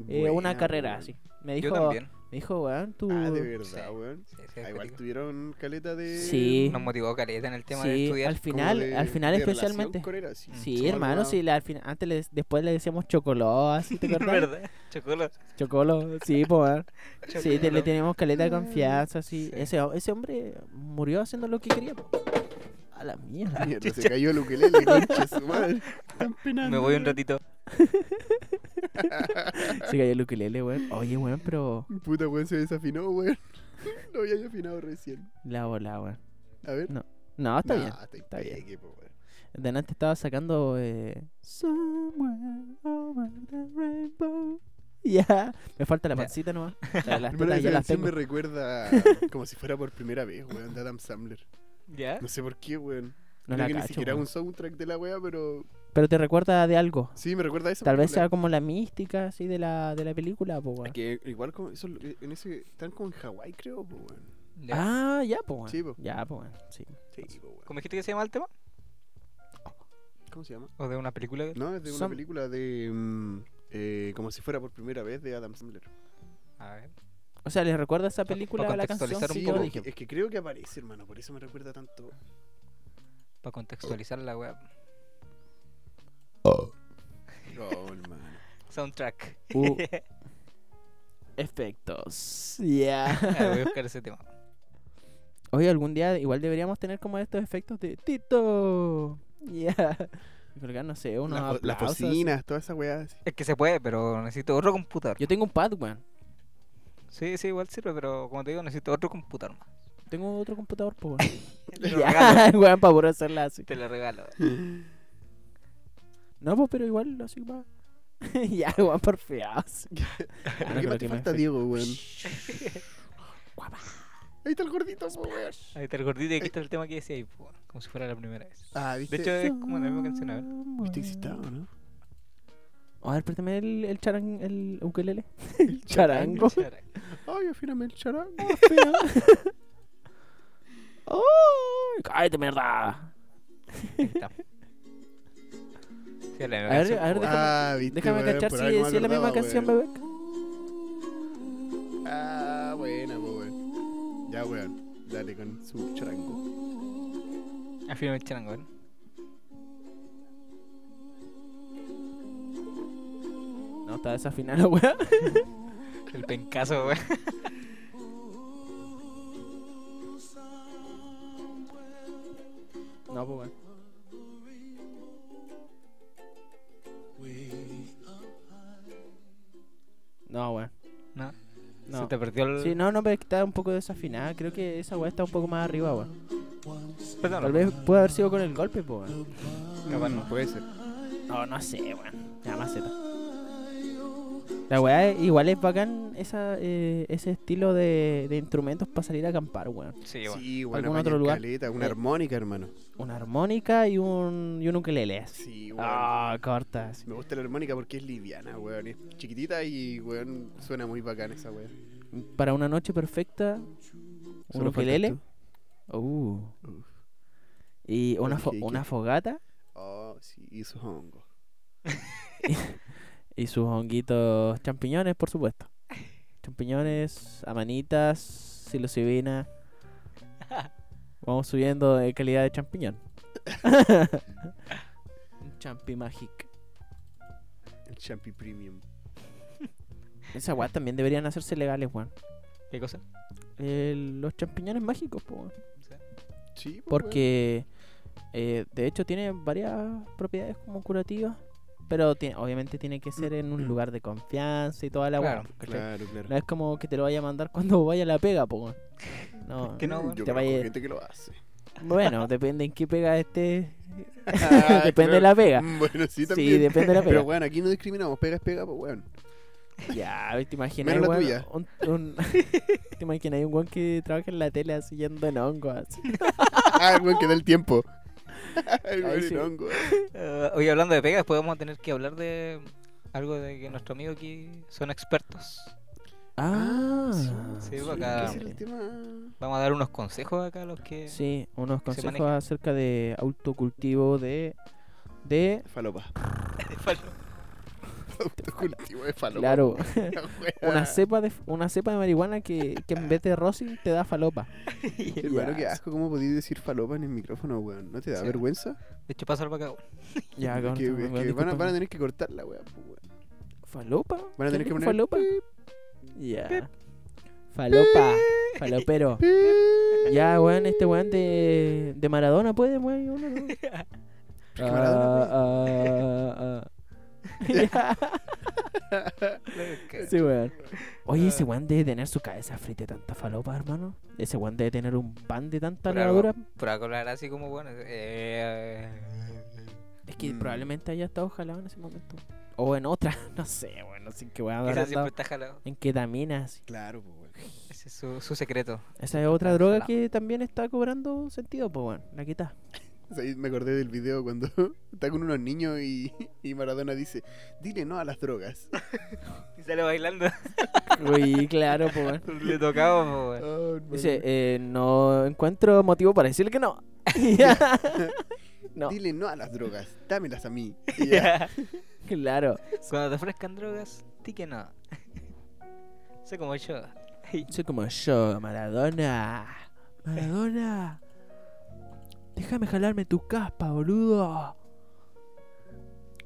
S4: eh,
S5: Buena,
S4: una carrera, Uh,
S5: weón.
S4: así. Me
S3: Yo
S4: dijo, me
S3: también.
S4: dijo, weón, tú.
S5: Ah, de
S3: Sí.
S5: verdad, weón.
S3: Sí, sí,
S5: Ah, igual
S3: cuático.
S5: tuvieron caleta de.
S4: Sí.
S3: Nos motivó caleta en el tema de
S4: Sí,
S3: estudiar.
S4: al final,
S5: como de-
S4: al final
S5: de
S4: especialmente.
S5: relación con Mm, él, así.
S4: Sí,
S5: Como
S4: hermano,
S5: algo-
S4: sí, la- al final, antes le- después le decíamos chocoló, así te acordás?
S3: ¿Verdad? Chocolo.
S4: Chocolo, sí, po, weón. Sí, te- le
S3: Chocolo.
S4: teníamos caleta de confianza, sí.
S3: Sí.
S4: Ese, ese hombre murió haciendo lo que quería. po. A la mierda.
S5: Mierda, se cayó el ukelele, concha su madre.
S3: Me voy un ratito.
S4: Se cayó el ukelele, weón. Oye, weón, pero
S5: Puta, weón, se desafinó, weón. Lo había afinado recién.
S4: la bola, weón.
S5: A ver.
S4: No, está
S5: Nah,
S4: bien.
S5: Está
S4: bien.
S5: bien. po, weón.
S4: Delante estaba sacando. Eh... Somewhere over the rainbow. Ya. Me falta la
S3: Ya.
S4: pancita nomás. O sea, las
S5: Hermano,
S4: tetas ya
S5: esa
S4: las
S5: canción
S4: tengo.
S5: me recuerda como si fuera por primera vez, weón, de Adam Sandler.
S3: ¿Ya?
S5: No sé por qué, weón.
S4: No
S5: Creo
S4: la
S5: que
S4: cacho,
S5: ni siquiera
S4: weón.
S5: un soundtrack de la wea, pero
S4: Pero te recuerda de algo.
S5: sí, me recuerda a esa
S4: Tal vez sea
S5: película.
S4: como la mística así de la, de la película, po, weón.
S5: que igual como eso, en ese están como en Hawái, creo, po, weón.
S3: ¿Ya?
S4: Ah, ya, po, weón.
S5: Sí, po.
S4: Ya, po, weón. Sí.
S5: Sí, po, weón.
S3: ¿Cómo dijiste que se llama el tema?
S5: ¿Cómo se llama?
S3: ¿O de una película?
S5: No, es de una
S4: Son-
S5: película de mm, eh, como si fuera por primera vez de Adam Sandler.
S3: A ver.
S4: O sea, les recuerda esa
S3: Pa- pa
S4: película a la canción.
S3: contextualizar un
S4: Sí,
S3: poco.
S4: yo
S5: como
S4: dije.
S5: que- es que creo que aparece, hermano, por eso me recuerda tanto.
S3: Para contextualizar la web.
S5: No, hermano.
S3: Soundtrack.
S4: Uh. Efectos. Ya.
S3: Ah, voy a buscar ese tema.
S4: Oye, algún día igual deberíamos tener como estos efectos de Tito. Ya. Colgar, no sé, unos
S5: Las la
S4: aplausos,
S5: bocinas, toda esa weá. así.
S3: Es que se puede, pero necesito otro computador.
S4: así. Yo tengo un pad, weón.
S3: Sí, sí, igual sirve, pero como te digo, necesito otro computador más.
S4: Tengo otro computador, po, weón.
S3: Te lo regalo.
S4: Ya, weón, para poder hacerla así.
S3: Te lo regalo.
S4: No, pues, pero igual, así va. ya, weón, por feazo. Ah, no
S5: ¿Qué
S4: creo
S5: más te
S4: que me
S5: falta,
S4: afecte.
S5: Diego, weón? Ahí está el gordito, po, weón.
S3: Ahí está el gordito y aquí está el tema que decía ahí, po, como si fuera la primera vez.
S5: Ah,
S3: De
S5: ¿viste? Ah,
S3: hecho, es como la misma canción, a ver.
S5: ¿Viste excitado, no?
S4: A ver, préstame el, el charango, el ukelele. El charango.
S5: Ay, afíname el charango.
S4: ¡Ay! ¡Cállate, mierda!
S3: Ahí está. Sí, es la misma
S4: A ver,
S3: canción, po, weón.
S4: a ver, deja- Déjame
S5: Ah, ¿viste, weón?
S4: cachar
S5: Por
S4: si,
S5: algo me
S4: si es la misma
S5: acordaba,
S4: canción,
S5: weón.
S4: bebé.
S5: Ah, buena, po, weón. Ya, weón. Dale con su charango.
S3: Afírame el charango, weón.
S4: No, está desafinada la weá.
S3: El pencazo, weón.
S4: No, pues, weón. No, weón.
S3: No,
S4: No.
S3: Se te perdió el.
S4: Sí, no, no, pero está un poco desafinada. Creo que esa weá está un poco más arriba, weón.
S3: Perdón,
S4: Tal vez puede haber sido con el golpe, pues, weón.
S3: Ah, capaz no.
S5: Puede ser.
S4: No, no sé, weón. La maceta. La weá es- igual es bacán esa, eh, ese estilo de, de instrumentos para salir a acampar, weón.
S3: Sí, weón.
S5: Sí, weón.
S4: ¿Algún
S5: apaña
S4: otro lugar?
S5: caleta, una
S4: Eh.
S5: armónica, hermano.
S4: Una armónica y un, y un ukelele. así.
S5: Sí, weón.
S4: Ah, corta. así.
S5: Me gusta la armónica porque es liviana, weón. Es chiquitita y, weón, suena muy bacán esa weón.
S4: Para una noche perfecta, un
S5: Solo faltas
S4: ukelele.
S5: tú.
S4: Uh.
S5: Uf.
S4: Y una, fo-
S5: Panqueque.
S4: una fogata
S5: Oh, sí, y sus hongos.
S4: y sus honguitos champiñones, por supuesto. Champiñones, amanitas, psilocibina. Vamos subiendo de calidad de champiñón. Un champi magic.
S5: El champi premium.
S4: Esas weas también deberían hacerse legales, weón.
S3: ¿Qué cosa?
S4: Eh, los champiñones mágicos, po, weón.
S5: Sí, pues, po,
S4: Porque eh, de hecho tiene varias propiedades como curativas, pero ti- obviamente tiene que ser en un lugar de confianza y toda la weá,
S3: Claro,
S5: weón.
S4: ¿cachai?
S5: Claro, claro.
S4: No es como que te lo vaya a mandar cuando vaya a la pega, po. weón. No,
S3: Que no, weón.
S5: Yo
S4: te
S5: conozco
S4: vaya-
S5: gente que lo hace.
S4: Bueno, depende en qué pega este.
S5: Ah,
S4: depende
S5: claro.
S4: de la pega.
S5: Mm, Bueno, sí,
S4: Sí,
S5: también.
S4: depende de la pega.
S5: Pero, weón, aquí no discriminamos. Pega es pega, pues, weón.
S4: Ya, a ver, te imaginas,
S5: Menos la
S4: weón,
S5: tuya.
S4: un- un- te imaginas un weón que trabaja en la tele así yendo en hongo. así.
S5: Ah, el weón que da el tiempo. el weón
S4: sí.
S5: en hongo.
S3: Eh, hoy hablando de pegas, después vamos a tener que hablar de algo de que nuestros amigos aquí son expertos.
S4: Ah,
S3: sí, pues
S5: Sí,
S3: acá-
S5: ese era el tema.
S3: Vamos a dar unos consejos acá a los que.
S4: Sí, unos
S3: que se
S4: consejos
S3: maneja.
S4: acerca de autocultivo de de
S5: Falopa.
S3: Falo.
S5: Autocultivo de falopa.
S4: claro,
S5: weá.
S4: una cepa de una cepa de marihuana que, que en vez de rosin te da falopa.
S5: Hermano,
S4: Ya,
S5: qué asco, ¿cómo podías decir falopa en el micrófono, weón? ¿No te da
S3: Sí.
S5: vergüenza?
S3: De hecho, pasa para acá. weón.
S4: Ya,
S5: Es
S4: cabrón,
S5: que,
S4: weón,
S5: es que van, a,
S4: discúlpame.
S5: van a tener que cortarla, weón. pues, weón.
S4: falopa.
S5: Van a tener
S4: ¿Qué
S5: que
S4: es
S5: poner.
S4: falopa.
S5: pip,
S4: Ya. Falopa, falopero.
S5: pip.
S4: Ya, weón, este weón de, de Maradona puede, weón. uno, ¿no?
S5: que Maradona
S4: Ah,
S5: pues?
S4: ah, ah.
S3: Eh,
S4: Ya, sí, weón. Oye, ese weón debe tener su cabeza frita de tanta falopa, hermano. Ese weón debe tener un pan de tanta
S3: Por algo-
S4: levadura.
S3: Por algo hablar así como bueno. eh,
S4: Es que
S5: Mm.
S4: probablemente haya estado jalado en ese momento. O en otra, no sé, weón. No sé en qué weón habrá
S3: quizás
S4: andado.
S3: siempre está jalado.
S4: En ketaminas.
S5: Claro, pues, weón.
S3: Ese es su, su secreto.
S4: Esa es otra
S3: Está
S4: droga
S3: jalado.
S4: que también está cobrando sentido, pues, weón. La quita.
S5: O sea, ahí me acordé del video cuando está con unos niños y, y Maradona dice: Dile no a las drogas.
S3: Y sale bailando.
S4: Uy, claro, pues, weón.
S3: Le tocaba, po, weón.
S5: Oh, hermano.
S4: Ah, Dice, eh, no encuentro motivo para decirle que no. no,
S5: Dile no a las drogas, dámelas a mí. Y ya.
S4: claro.
S3: Cuando te ofrezcan drogas, di que no. Sé como yo.
S4: Soy como yo, Maradona. Maradona. Déjame jalarme tu caspa, boludo.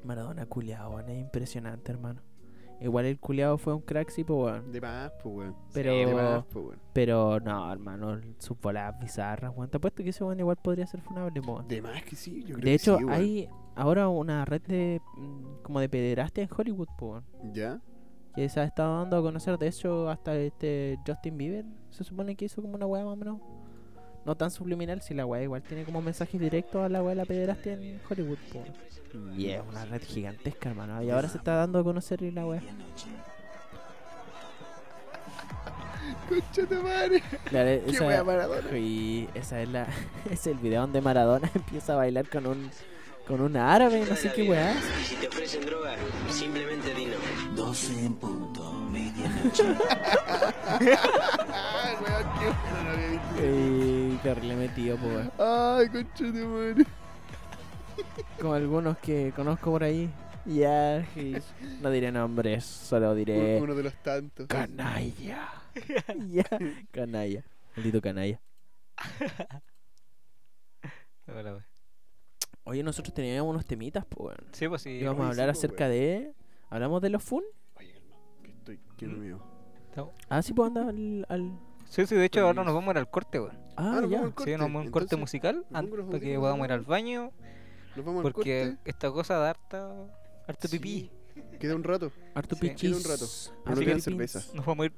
S4: Maradona culiao, weón, es eh, impresionante, hermano. Igual el culiado fue un crack, sí, pues, weón.
S5: De más, pues, weón.
S4: Pero,
S5: De más, pues, weón.
S4: pero no, hermano, sus bolas bizarras, weón. Te apuesto que ese weón igual podría ser funable, po, weón.
S5: De más que sí, yo creo
S4: De hecho,
S5: que sí, weón.
S4: hay ahora una red de mm, como de pederastia en Hollywood, po, weón,
S5: ¿Ya?
S4: que se ha estado dando a conocer. De hecho, hasta este Justin Bieber se supone que hizo como una weá más o menos no tan subliminal, si la weá igual tiene como mensajes directos a la weá de la pederastia en Hollywood, po, weón. Y es una red gigantesca, hermano. Y ahora se está dando a conocer la weá.
S5: Concha tu madre.
S4: Claro, e-
S5: Qué
S4: esa-
S5: wea Maradona.
S4: Y esa es la es el video donde Maradona empieza a bailar con un con un árabe, no sé qué weá.
S6: Si te ofrecen droga, simplemente di no.
S5: Ay, weón, qué bueno, no había visto.
S4: Y terrible metido, po, weón.
S5: Ay, concha tu madre.
S4: Como algunos que conozco por ahí. Ya, y no diré nombres, solo diré
S5: Uno de los tantos.
S4: canalla. Ya, canalla. Maldito canalla.
S3: Hola, weón.
S4: Oye, nosotros teníamos unos temitas, po, weón.
S3: Sí, pues sí.
S4: Íbamos a
S5: oye, sí,
S4: hablar
S5: po,
S4: acerca
S5: weón.
S4: de hablamos de los fun.
S5: Oye, calma, que estoy, que no me veo.
S4: Ah, sí, pues anda al, al-
S3: Sí, sí, de hecho ahora nos vamos a ir al corte, weón.
S4: Ah,
S5: Ah, nos
S4: ya.
S5: vamos al corte.
S3: Sí, nos vamos a un corte
S5: Entonces,
S3: musical
S5: pongo
S3: antes
S5: los
S3: para que
S5: audífonos,
S3: podamos
S5: ¿no?
S3: ir al baño.
S5: Nos vamos al
S3: Porque
S5: corte.
S3: esta cosa da harta, harto
S5: Sí.
S3: pipí.
S5: Queda un rato.
S4: Harto
S3: Sí.
S4: pichis.
S5: Queda un rato. Pero no
S4: Harto
S5: queda
S4: pipis.
S5: cerveza.
S3: Nos vamos a ir.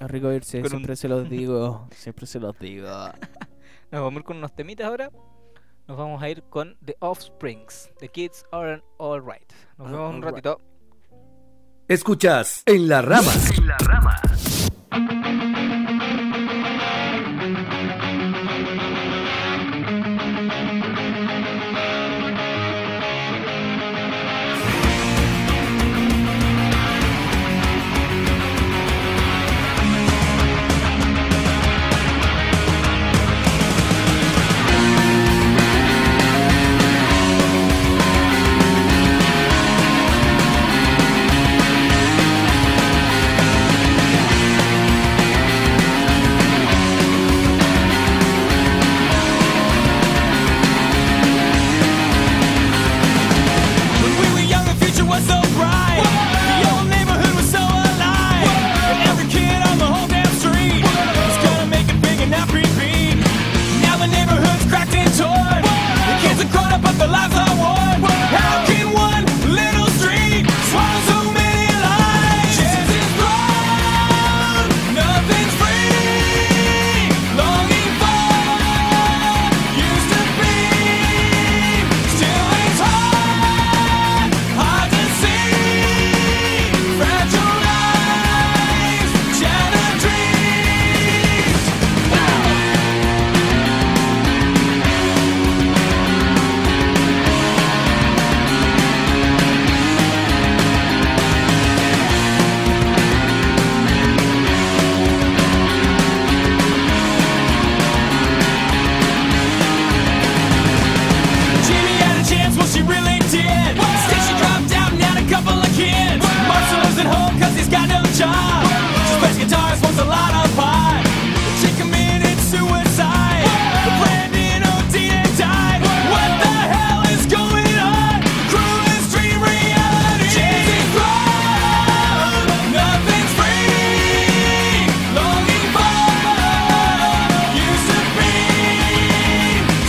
S4: Es rico irse,
S3: Con un-
S4: siempre se los digo. Siempre se los digo.
S3: Nos vamos a ir con unos temitas ahora. Nos vamos a ir con The Offsprings. The Kids Aren't Alright. Nos
S4: Ah,
S3: vemos un
S4: alright.
S3: ratito.
S1: Escuchas En la Rama
S2: En la rama.
S7: When we were young, the future was so bright. The old neighborhood was so alive. And every kid on the whole damn street was gonna make it big and not repeat. Now the neighborhood's cracked and torn. The kids are caught up, but their lives are worn. How can one little street swallow so many lives? Chances run, nothing's free. Longing for used to be, still it's hard. Hard to see, fragile lives, shattered dreams. Jamie had a chance, well she really did. Instead she dropped out and had a couple of kids. Marshall lives at home cause he's got no job. She plays guitars, wants a lot of pot. She committed suicide. Brandon OD and died. What the hell is going on? Cruelest dream reality. Chances road, nothing's free. Longing for used to be,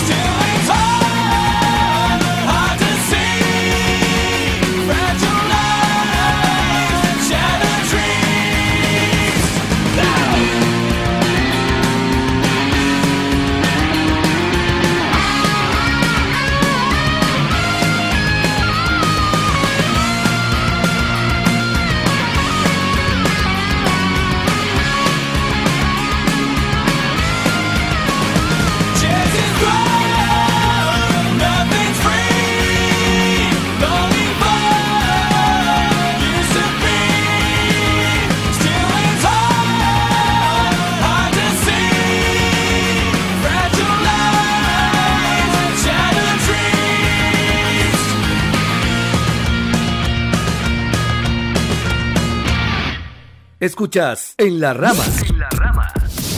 S7: still it's hard. Hard to see, fragile lives, shattered dreams. Chances grow, nothing's free. Longing for used to be, still it's hard, hard to see. Fragile lives, shattered dreams.
S1: Escuchas En la Rama
S2: En la rama.
S7: Chances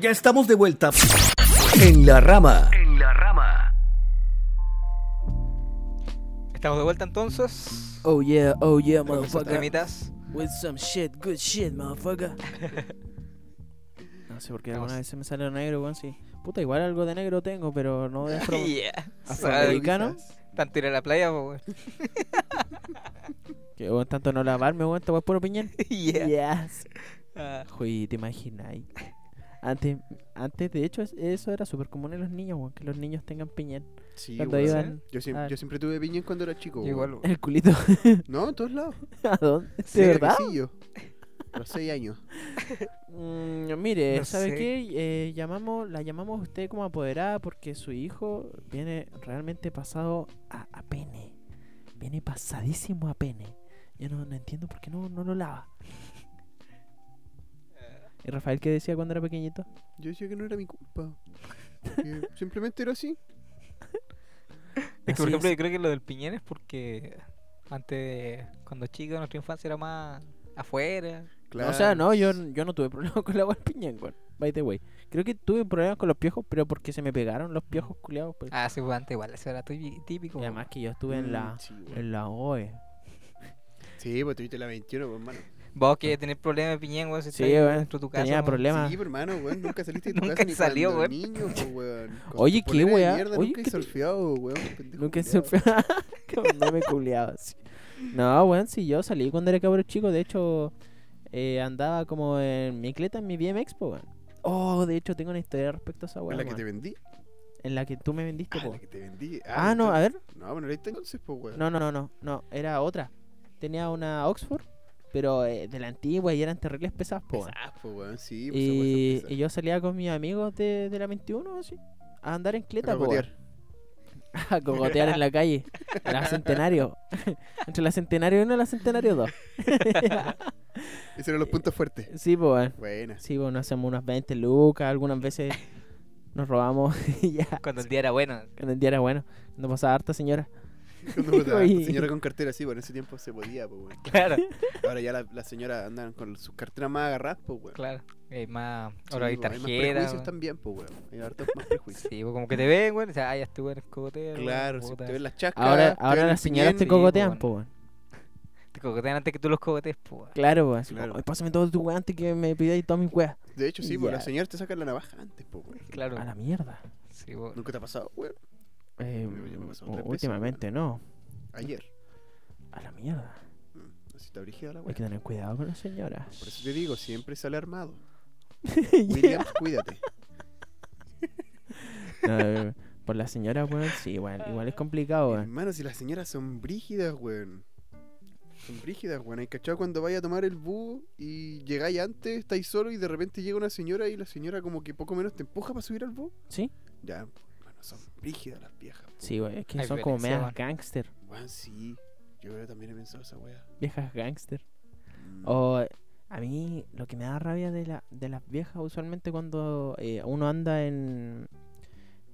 S1: Ya estamos de vuelta en la rama.
S2: En la rama.
S3: Estamos de vuelta entonces.
S4: Oh yeah, oh yeah,
S3: Con esos
S4: motherfucker.
S3: temitas.
S4: With some shit, good shit, motherfucker. No sé por qué alguna
S3: Estamos-
S4: vez se me salió negro, weón, sí. Puta, igual algo de negro tengo, pero no de afro.
S3: Yeah.
S4: afroamericano.
S3: Tanto ir a la playa, po, weón.
S4: Que weón, tanto no lavarme, weón, te voy puro piñón.
S3: Yeah.
S4: Yes.
S3: Ah,
S4: Uy, te imagináis. Antes, antes, de hecho, es- eso era súper común en los niños, weón, que los niños tengan piñón.
S5: Sí,
S4: Cuando
S5: weón.
S3: iba-
S4: iban
S5: yo, siem-
S4: a-
S5: yo siempre tuve piñón cuando era chico. weón.
S3: igual,
S4: en
S3: weón.
S4: el culito.
S5: No, en todos lados.
S4: ¿A dónde? ¿De
S3: Sí,
S4: verdad?
S5: Pisillo. A los seis años.
S4: Mm, mire,
S3: No
S4: ¿sabe
S3: sé.
S4: qué? Eh, llamamos, la llamamos a usted como apoderada porque su hijo viene realmente pasado a, a pene. Viene pasadísimo a pene. Yo no, no entiendo por qué no, no lo lava. ¿Y Rafael qué decía cuando era pequeñito?
S5: Yo decía que no era mi culpa. Que simplemente era así.
S3: Es que,
S4: Así
S3: por ejemplo,
S4: es.
S3: yo creo que lo del piñén es porque antes, cuando chico, nuestra infancia era más afuera.
S4: No, o sea, no, yo, yo no tuve problemas con la agua del piñón, weón. By the way. Creo que tuve problemas con los piojos, pero porque se me pegaron los piojos culiados. pues.
S3: Ah, sí, pues antes igual, eso era tuy- típico.
S4: y
S3: po.
S4: además que yo estuve en la,
S5: Mm, Sí, weón.
S4: en la E. OE.
S5: Sí, pues tuviste la 21, pues, hermano.
S3: Vos que tenés problemas de piñén, weón, si
S4: Sí,
S3: estás ahí
S4: weón,
S3: dentro de tu casa.
S4: Tenía
S3: weón.
S4: problemas.
S5: Sí, pues, hermano, weón. Nunca saliste de tu
S3: Nunca
S5: casa ni
S3: salió,
S5: cuando
S3: weón.
S5: niño, pues, weón. Con
S4: Oye,
S5: tu
S4: qué
S5: polera de
S4: weá,
S5: mierda,
S4: oye,
S5: Nunca he
S4: qué-
S5: surfeado, weón. pendejo
S4: Nunca se
S5: culiao.
S4: No me culiaba así. No, weón, si yo salí cuando era cabrón chico, de hecho, eh, andaba como en micleta en mi BMX, po, weón. Oh, de hecho, tengo una historia respecto a esa
S5: ¿Fue
S4: weón.
S5: la que te vendí?
S4: En la que tú me vendiste,
S5: Ah,
S4: po.
S5: la que te vendí.
S4: Ah, no, a
S5: entonces-
S4: ver.
S5: No, bueno, ahorita entonces, pues, weón.
S4: No, no, no, no, no, era otra. Tenía una Oxford, pero eh, de la antigua y eran terribles pesadas, po. weón.
S5: Pesas, pues, weón. Sí, pues,
S4: Y, y yo salía con mis amigos de, de la 21, así, a andar en cleta, po. weón. a cogotear en la calle. En la Centenario. Entre la Centenario 1 y la Centenario 2.
S5: Esos eran los puntos fuertes.
S4: sí, pues, weón.
S5: Buenas.
S4: Sí, pues, nos hacemos unas 20 lucas. Algunas veces nos robamos. y ya.
S3: Cuando el día era bueno.
S4: Cuando el día era bueno. No pasaba harta, señora.
S5: Cuando votaba,
S4: Oye.
S5: señora con cartera, sí, bueno, en ese tiempo se podía, pues, weón.
S3: Claro,
S5: Ahora ya la- las señoras andan con sus carteras más agarradas, pues, weón.
S3: claro. Hay más.
S5: Sí,
S3: Ahora hay
S5: pues,
S3: tarjetas.
S5: Hay más prejuicios
S3: weón.
S5: también, pues, weón. Hay hartos más prejuicios.
S3: Sí, pues como que te ven, güey. O sea, ah, ya estuve en el cogoteo. güey,
S5: Claro, si
S3: puta.
S5: te ven las chascas.
S4: Ahora,
S5: te
S4: ahora
S5: ven
S4: las
S5: el
S4: señoras te
S5: piñén,
S4: cogotean,
S3: weón.
S4: pues, weón.
S3: Te cogotean antes que tú los cogotees, pues.
S4: Claro, pues. así
S5: Claro.
S4: como, "Ay, Pásame todo tu weón antes que me pidáis todas mis weas.
S5: De hecho, sí, pues,
S4: Ya.
S5: las señoras te sacan la navaja antes, pues, weón.
S3: Claro.
S4: A la mierda.
S3: Sí, pues.
S5: Nunca te ha pasado, weón.
S4: Eh,
S5: Pero ya me pasó
S4: u-
S5: tres veces,
S4: últimamente, no.
S5: Ayer.
S4: A la mierda.
S5: Mm, Así está brigida la
S4: Hay
S5: weón.
S4: que tener cuidado con las señoras.
S5: Por eso te digo, siempre sale armado.
S4: Ya.
S5: Williams, cuídate.
S4: No, eh, por la señora, weón, sí, igual, igual es complicado, weón.
S5: Hermano, si las señoras son brígidas, weón. Son brígidas, weón. Hay cachado cuando vaya a tomar el bus y llegáis antes, estáis solo y de repente llega una señora y la señora como que poco menos te empuja para subir al bus.
S4: ¿Sí?
S5: Ya, hermano, son brígidas las viejas. pues.
S4: Sí, weón, es que
S3: Hay
S4: son como
S3: violencia,
S4: medias
S3: weón.
S4: gangster,
S5: Weón, sí. Yo creo que también he pensado esa weá.
S4: viejas gangster.
S5: Mm.
S4: O eh, a mí lo que me da rabia de, la, de las viejas usualmente cuando eh, uno anda en,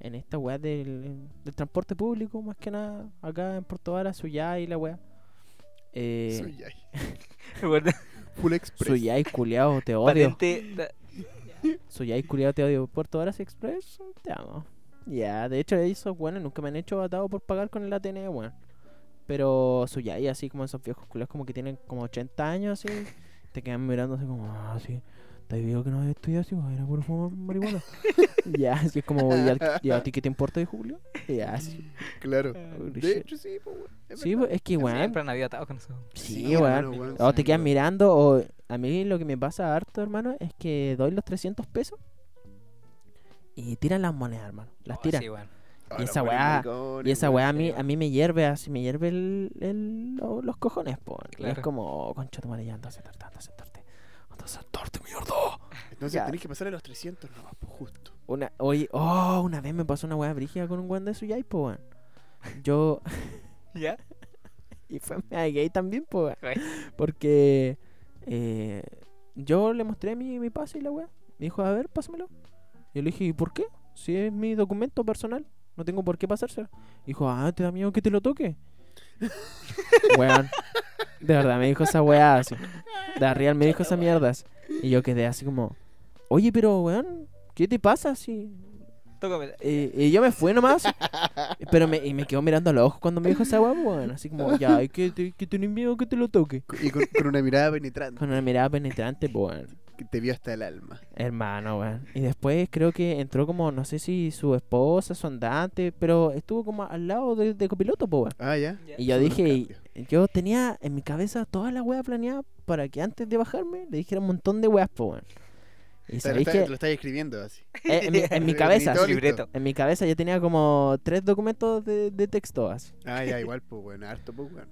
S4: en esta weá del, del transporte público, más que nada, acá en Puerto Vara, Suyay y la weá. Eh,
S5: Suyai.
S3: Bueno,
S5: Full Express.
S4: Suyay, culiao, te odio.
S3: patente. da-
S4: Suyay, culiao, te odio. Puerto Varas Express, te amo. Ya, de hecho, esos buenos nunca me han hecho atado por pagar con el ATN, weón. Pero Suyay, así como esos viejos culiados, como que tienen como 80 años, así. Te quedan mirando así como, ah, sí. Te digo que no había estudiado así, weón, era por fumar marihuana. ya, así es como, ¿y a, y a ti qué te importa, de Julio? Ya, así.
S5: Claro.
S4: Holy
S5: De
S4: shit.
S5: hecho, sí, pues, weón. Es
S4: Sí,
S5: verdad.
S4: es que, weón.
S3: Siempre han habido atados con eso.
S4: Sí,
S5: Sí,
S4: weón.
S5: hermano, weón, Oh,
S4: O
S5: sí,
S4: te quedan
S5: weón.
S4: mirando, o a mí lo que me pasa harto, hermano, es que doy los 300 pesos y tiran las monedas, hermano. Las
S3: Oh,
S4: tiran.
S3: Sí, bueno.
S5: Ah,
S4: y
S5: los
S4: esa
S5: buenos
S4: weá-
S5: maricones,
S4: y esa
S5: weón.
S4: weá a mí,
S5: Sí,
S4: a mí me hierve, así me hierve el, el- lo- los cojones, po. Y Es
S3: Claro.
S4: como, oh, concha tu madre, ya, anda a sentarte, anda a sentarte. Anda a sentarte, mierda.
S5: Entonces
S4: Ya.
S5: tenés que pasar a los 300 no, pues justo.
S4: Una, oye, oh, una vez me pasó una weá brígida con un weón de Suyay, po, weón. Yo,
S3: ¿Ya?
S4: y fue media gay también, po, weón.
S3: Güey.
S4: Porque eh, yo le mostré mi, mi pase y la weá. Me dijo, a ver, pásamelo. Yo le dije, ¿y por qué? Si es mi documento personal, no tengo por qué pasárselo. Dijo, ah, ¿te da miedo que te lo toque? weón. De verdad, me dijo esa weá así. De real me dijo esa mierda así. Y yo quedé así como, oye, pero weón, ¿Qué te pasa si...?
S3: Tócame.
S4: Eh, y yo me fui nomás, pero me, y me quedó mirando a los ojos cuando me dijo esa guapa, bueno, así como, ya, hay que, te- que tenés miedo que te lo toque.
S5: Y con, con una mirada penetrante
S4: Con una mirada penetrante, pues, bueno.
S5: que te vio hasta el alma.
S4: Hermano, weón. Y después creo que entró como, no sé si su esposa, su andante, pero estuvo como al lado de, de copiloto, po, weón.
S5: Ah, ya.
S4: Y yo
S5: Solo
S4: dije,
S5: un cambio.
S4: y- yo tenía en mi cabeza toda la weas planeada para que antes de bajarme le dijera un montón de weas, po, weón. Y
S5: Te lo
S4: sabéis
S5: está-
S4: que
S5: te lo estás escribiendo así.
S4: eh, en, mi, en mi
S5: Te
S4: cabeza,
S5: gritó
S4: sí,
S5: listo.
S3: libreto.
S4: en mi cabeza yo tenía como tres documentos de, de texto así.
S5: Ah, ya, igual, pues, bueno, harto, pues, bueno.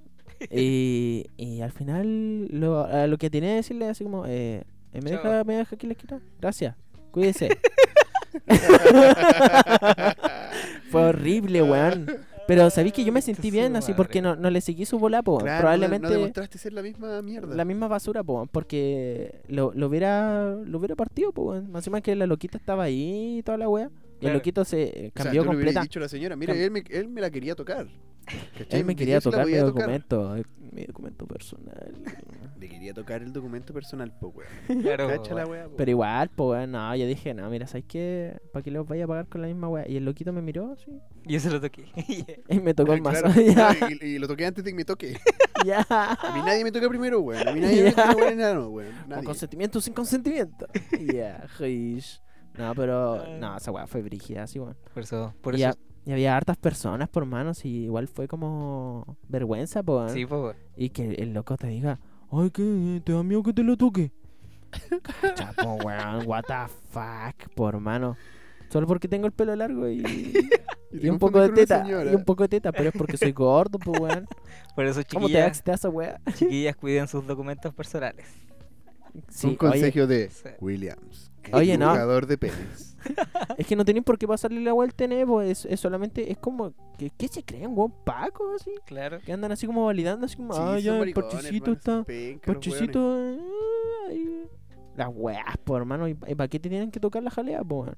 S4: Y, y al final lo, a lo que tenía que decirle así como, eh, eh, ¿me,
S3: Chao.
S4: deja, ¿me deja aquí la esquina? Gracias, cuídese. Fue horrible, weón. Pero sabéis que yo me sentí
S3: su
S4: bien así
S3: madre.
S4: porque no, no le seguí su bola, po.
S5: Claro,
S4: probablemente
S5: no, no demostraste ser la misma mierda.
S4: la misma basura, po, porque lo, lo hubiera lo hubiera partido, po. weón. Más encima que la loquita estaba ahí y toda la wea. Y el
S3: Claro.
S4: loquito se eh,
S5: O sea,
S4: cambió
S5: tú le hubieras
S4: completa.
S5: dicho a la señora, mira,
S4: Cam-
S5: él me, él me la quería tocar. ¿Cachai?
S4: Él me
S5: Yo
S4: quería
S5: sí la
S4: tocar mi
S5: podía
S4: documento, eh, mi documento personal.
S5: Le quería tocar el documento personal, po, weón.
S3: Claro,
S5: Cacha la
S3: weón.
S5: weá, po.
S4: Pero igual, pues, weón, no, yo dije, no, mira, ¿sabes qué? ¿Para qué los vaya a pagar con la misma wea? Y el loquito me miró así
S3: Yo se lo toqué.
S4: y me tocó el mazo.
S5: Eh, Claro,
S4: ya,
S5: no, y, y lo toqué antes de que me toque.
S4: ya.
S5: A mí nadie me toca primero, weón. A mí nadie me
S4: Ya.
S5: toca, weón, enano, weón.
S4: Con
S5: Nadie.
S4: consentimiento o sin consentimiento. Ya, joish. No, pero,
S3: Ay.
S4: no, esa wea fue brígida, así, weón.
S3: Por eso, por
S4: Y,
S3: eso.
S4: ha- y había hartas personas por manos y igual fue como vergüenza, po, weón.
S3: Sí, po, weón.
S4: Y que el loco te diga, ay, que te da miedo que te lo toque. Cacha, po, weón, what the fuck, por mano. Solo porque tengo el pelo largo y,
S5: Y
S4: y
S5: te
S4: un poco de
S5: confundes con
S4: teta.
S5: una señora.
S4: Y un poco de teta, pero es porque soy gordo, pues weón.
S3: Por eso,
S4: ¿Cómo te va a
S3: chiquillas,
S4: excitar esa weá?
S3: chiquillas cuiden sus documentos personales.
S4: Sí,
S5: un
S4: oye,
S5: consejo de
S3: Sí.
S5: Williams.
S4: Oye, no.
S5: Jugador de penes.
S4: es que no tienen por qué pasarle la vuelta en Evo, es, es solamente, es como, ¿qué, qué se creen, weón? Pacos, así.
S3: Claro.
S4: Que andan así como validando, así como,
S5: Sí,
S4: ah,
S5: son
S4: ya, el
S5: maricones,
S4: parchecito
S5: hermano,
S4: está.
S5: son pencas los weones.
S4: Parchecito. eh, ay. Las weas, por hermano. ¿Y para qué te tienen que tocar la jalea, po, weón?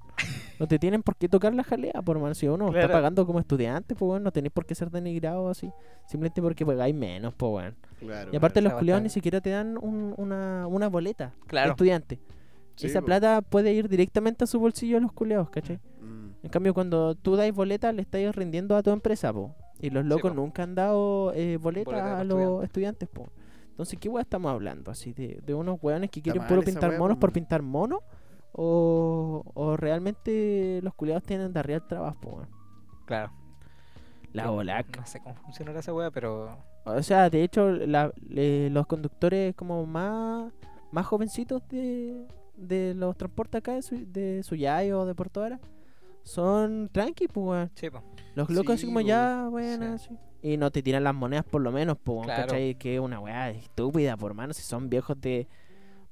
S4: No te tienen por qué tocar la jalea, por hermano. Si uno está
S3: Claro.
S4: pagando como estudiante, pues, weón, no tenés por qué ser denigrado así. Simplemente porque pagáis menos, pues, weón.
S5: Claro,
S4: Y aparte,
S3: Está
S4: los culiados ni
S3: bastante.
S4: siquiera te dan un- una, una boleta de
S3: Claro.
S4: estudiante.
S5: Sí,
S4: Esa
S5: po.
S4: plata puede ir directamente a su bolsillo a los culiados, ¿cachai?
S5: Mm.
S4: En cambio, cuando tú dais boleta, le estáis rindiendo a tu empresa, po. Y los locos
S3: po.
S4: nunca han dado eh, boleta,
S3: Boleta
S4: a
S3: a
S4: los
S3: los
S4: estudiantes, po. Entonces, ¿qué weá estamos hablando? Así de, de unos weones que
S5: Está
S4: quieren
S5: mal
S4: puro
S5: esa
S4: pintar
S5: weá,
S4: monos
S5: po,
S4: por
S5: man.
S4: pintar monos. O, o realmente los culiados tienen de real trabajo, po. weón.
S3: Claro.
S4: La
S3: Yo
S4: bola.
S3: No sé cómo funcionará esa weá, pero.
S4: O sea, de hecho, la- eh, los conductores como más, más jovencitos de, de los transportes acá de, su, de Suyay o de Puerto Ara son tranqui, pues, weón.
S3: Sí, po.
S4: Los locos así
S5: Sí,
S4: como
S5: po.
S4: ya, bueno,
S3: Sí.
S4: así. Y no te tiran las monedas por lo menos, po, weón,
S3: Claro.
S4: ¿cachai? Que es una weá estúpida, por mano, si son viejos de...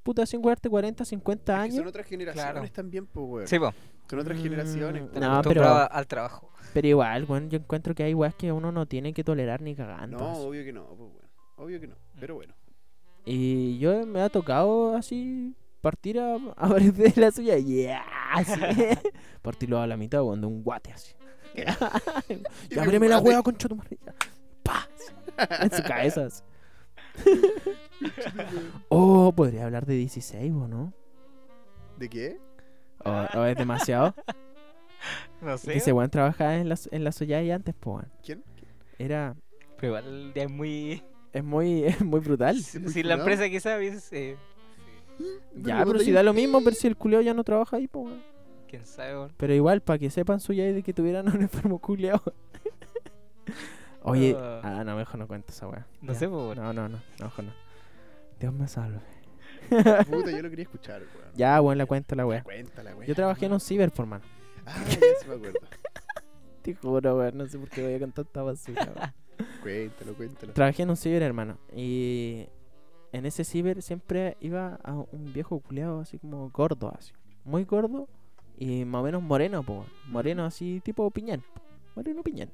S4: Puta, 50, 40, 50
S5: Es que son
S4: años.
S5: otras generaciones
S3: Claro.
S5: también, pues, weón.
S3: Sí, po.
S5: Son otras
S4: Mm,
S5: generaciones.
S4: no,
S5: po.
S3: Están
S4: pero,
S3: acostumbrados al trabajo.
S4: pero igual, bueno, yo encuentro que hay weas que uno no tiene que tolerar ni cagando.
S5: No,
S4: así.
S5: obvio que no, pues, weón. Obvio que no, pero bueno.
S4: Y yo me ha tocado así partir a, a varios de la suya. ah, Yeah, así. Partirlo a la mitad, weón, de un guate así. ya abreme la
S5: guate.
S4: hueá, concha tu madre. ya. Pa, así, En su cabeza. así. oh, podría hablar de 16, ¿o no?
S5: ¿De qué?
S4: O, o es demasiado.
S3: No
S4: Que ese weón trabajaba en la, en la suya y antes, po, weón.
S5: ¿Quién?
S4: Era.
S3: Pero igual ya es muy.
S4: Es muy, es muy brutal.
S5: muy
S3: Si la
S5: curado.
S3: empresa quizás hubiese. eh,
S4: Ya, pero si da lo mismo, pero si el culeo ya no trabaja ahí, po, weón.
S3: quién sabe, weón.
S4: Pero igual, para que sepan suya y de que tuvieran a un enfermo culiao. Oye,
S3: Ah.
S4: ah, no, mejor no cuento esa weá.
S3: No
S4: Ya.
S3: sé, po, weón.
S4: No, no, no, no, mejor no. Dios me salve.
S5: Puta, yo lo quería escuchar, weón.
S4: Ya, weón, la cuento la weá.
S5: Cuéntala, weón.
S4: Yo trabajé en un ciber, por mano.
S5: Ah, ya sí me acuerdo.
S4: Te juro, weón, no sé por qué voy a contar esta basura, weón.
S5: Cuéntalo, cuéntalo.
S4: Trabajé en un ciber, hermano. Y en ese ciber siempre iba a un viejo culeado así como gordo, así. Muy gordo y más o menos moreno, po. Moreno así tipo piñán. Moreno piñán.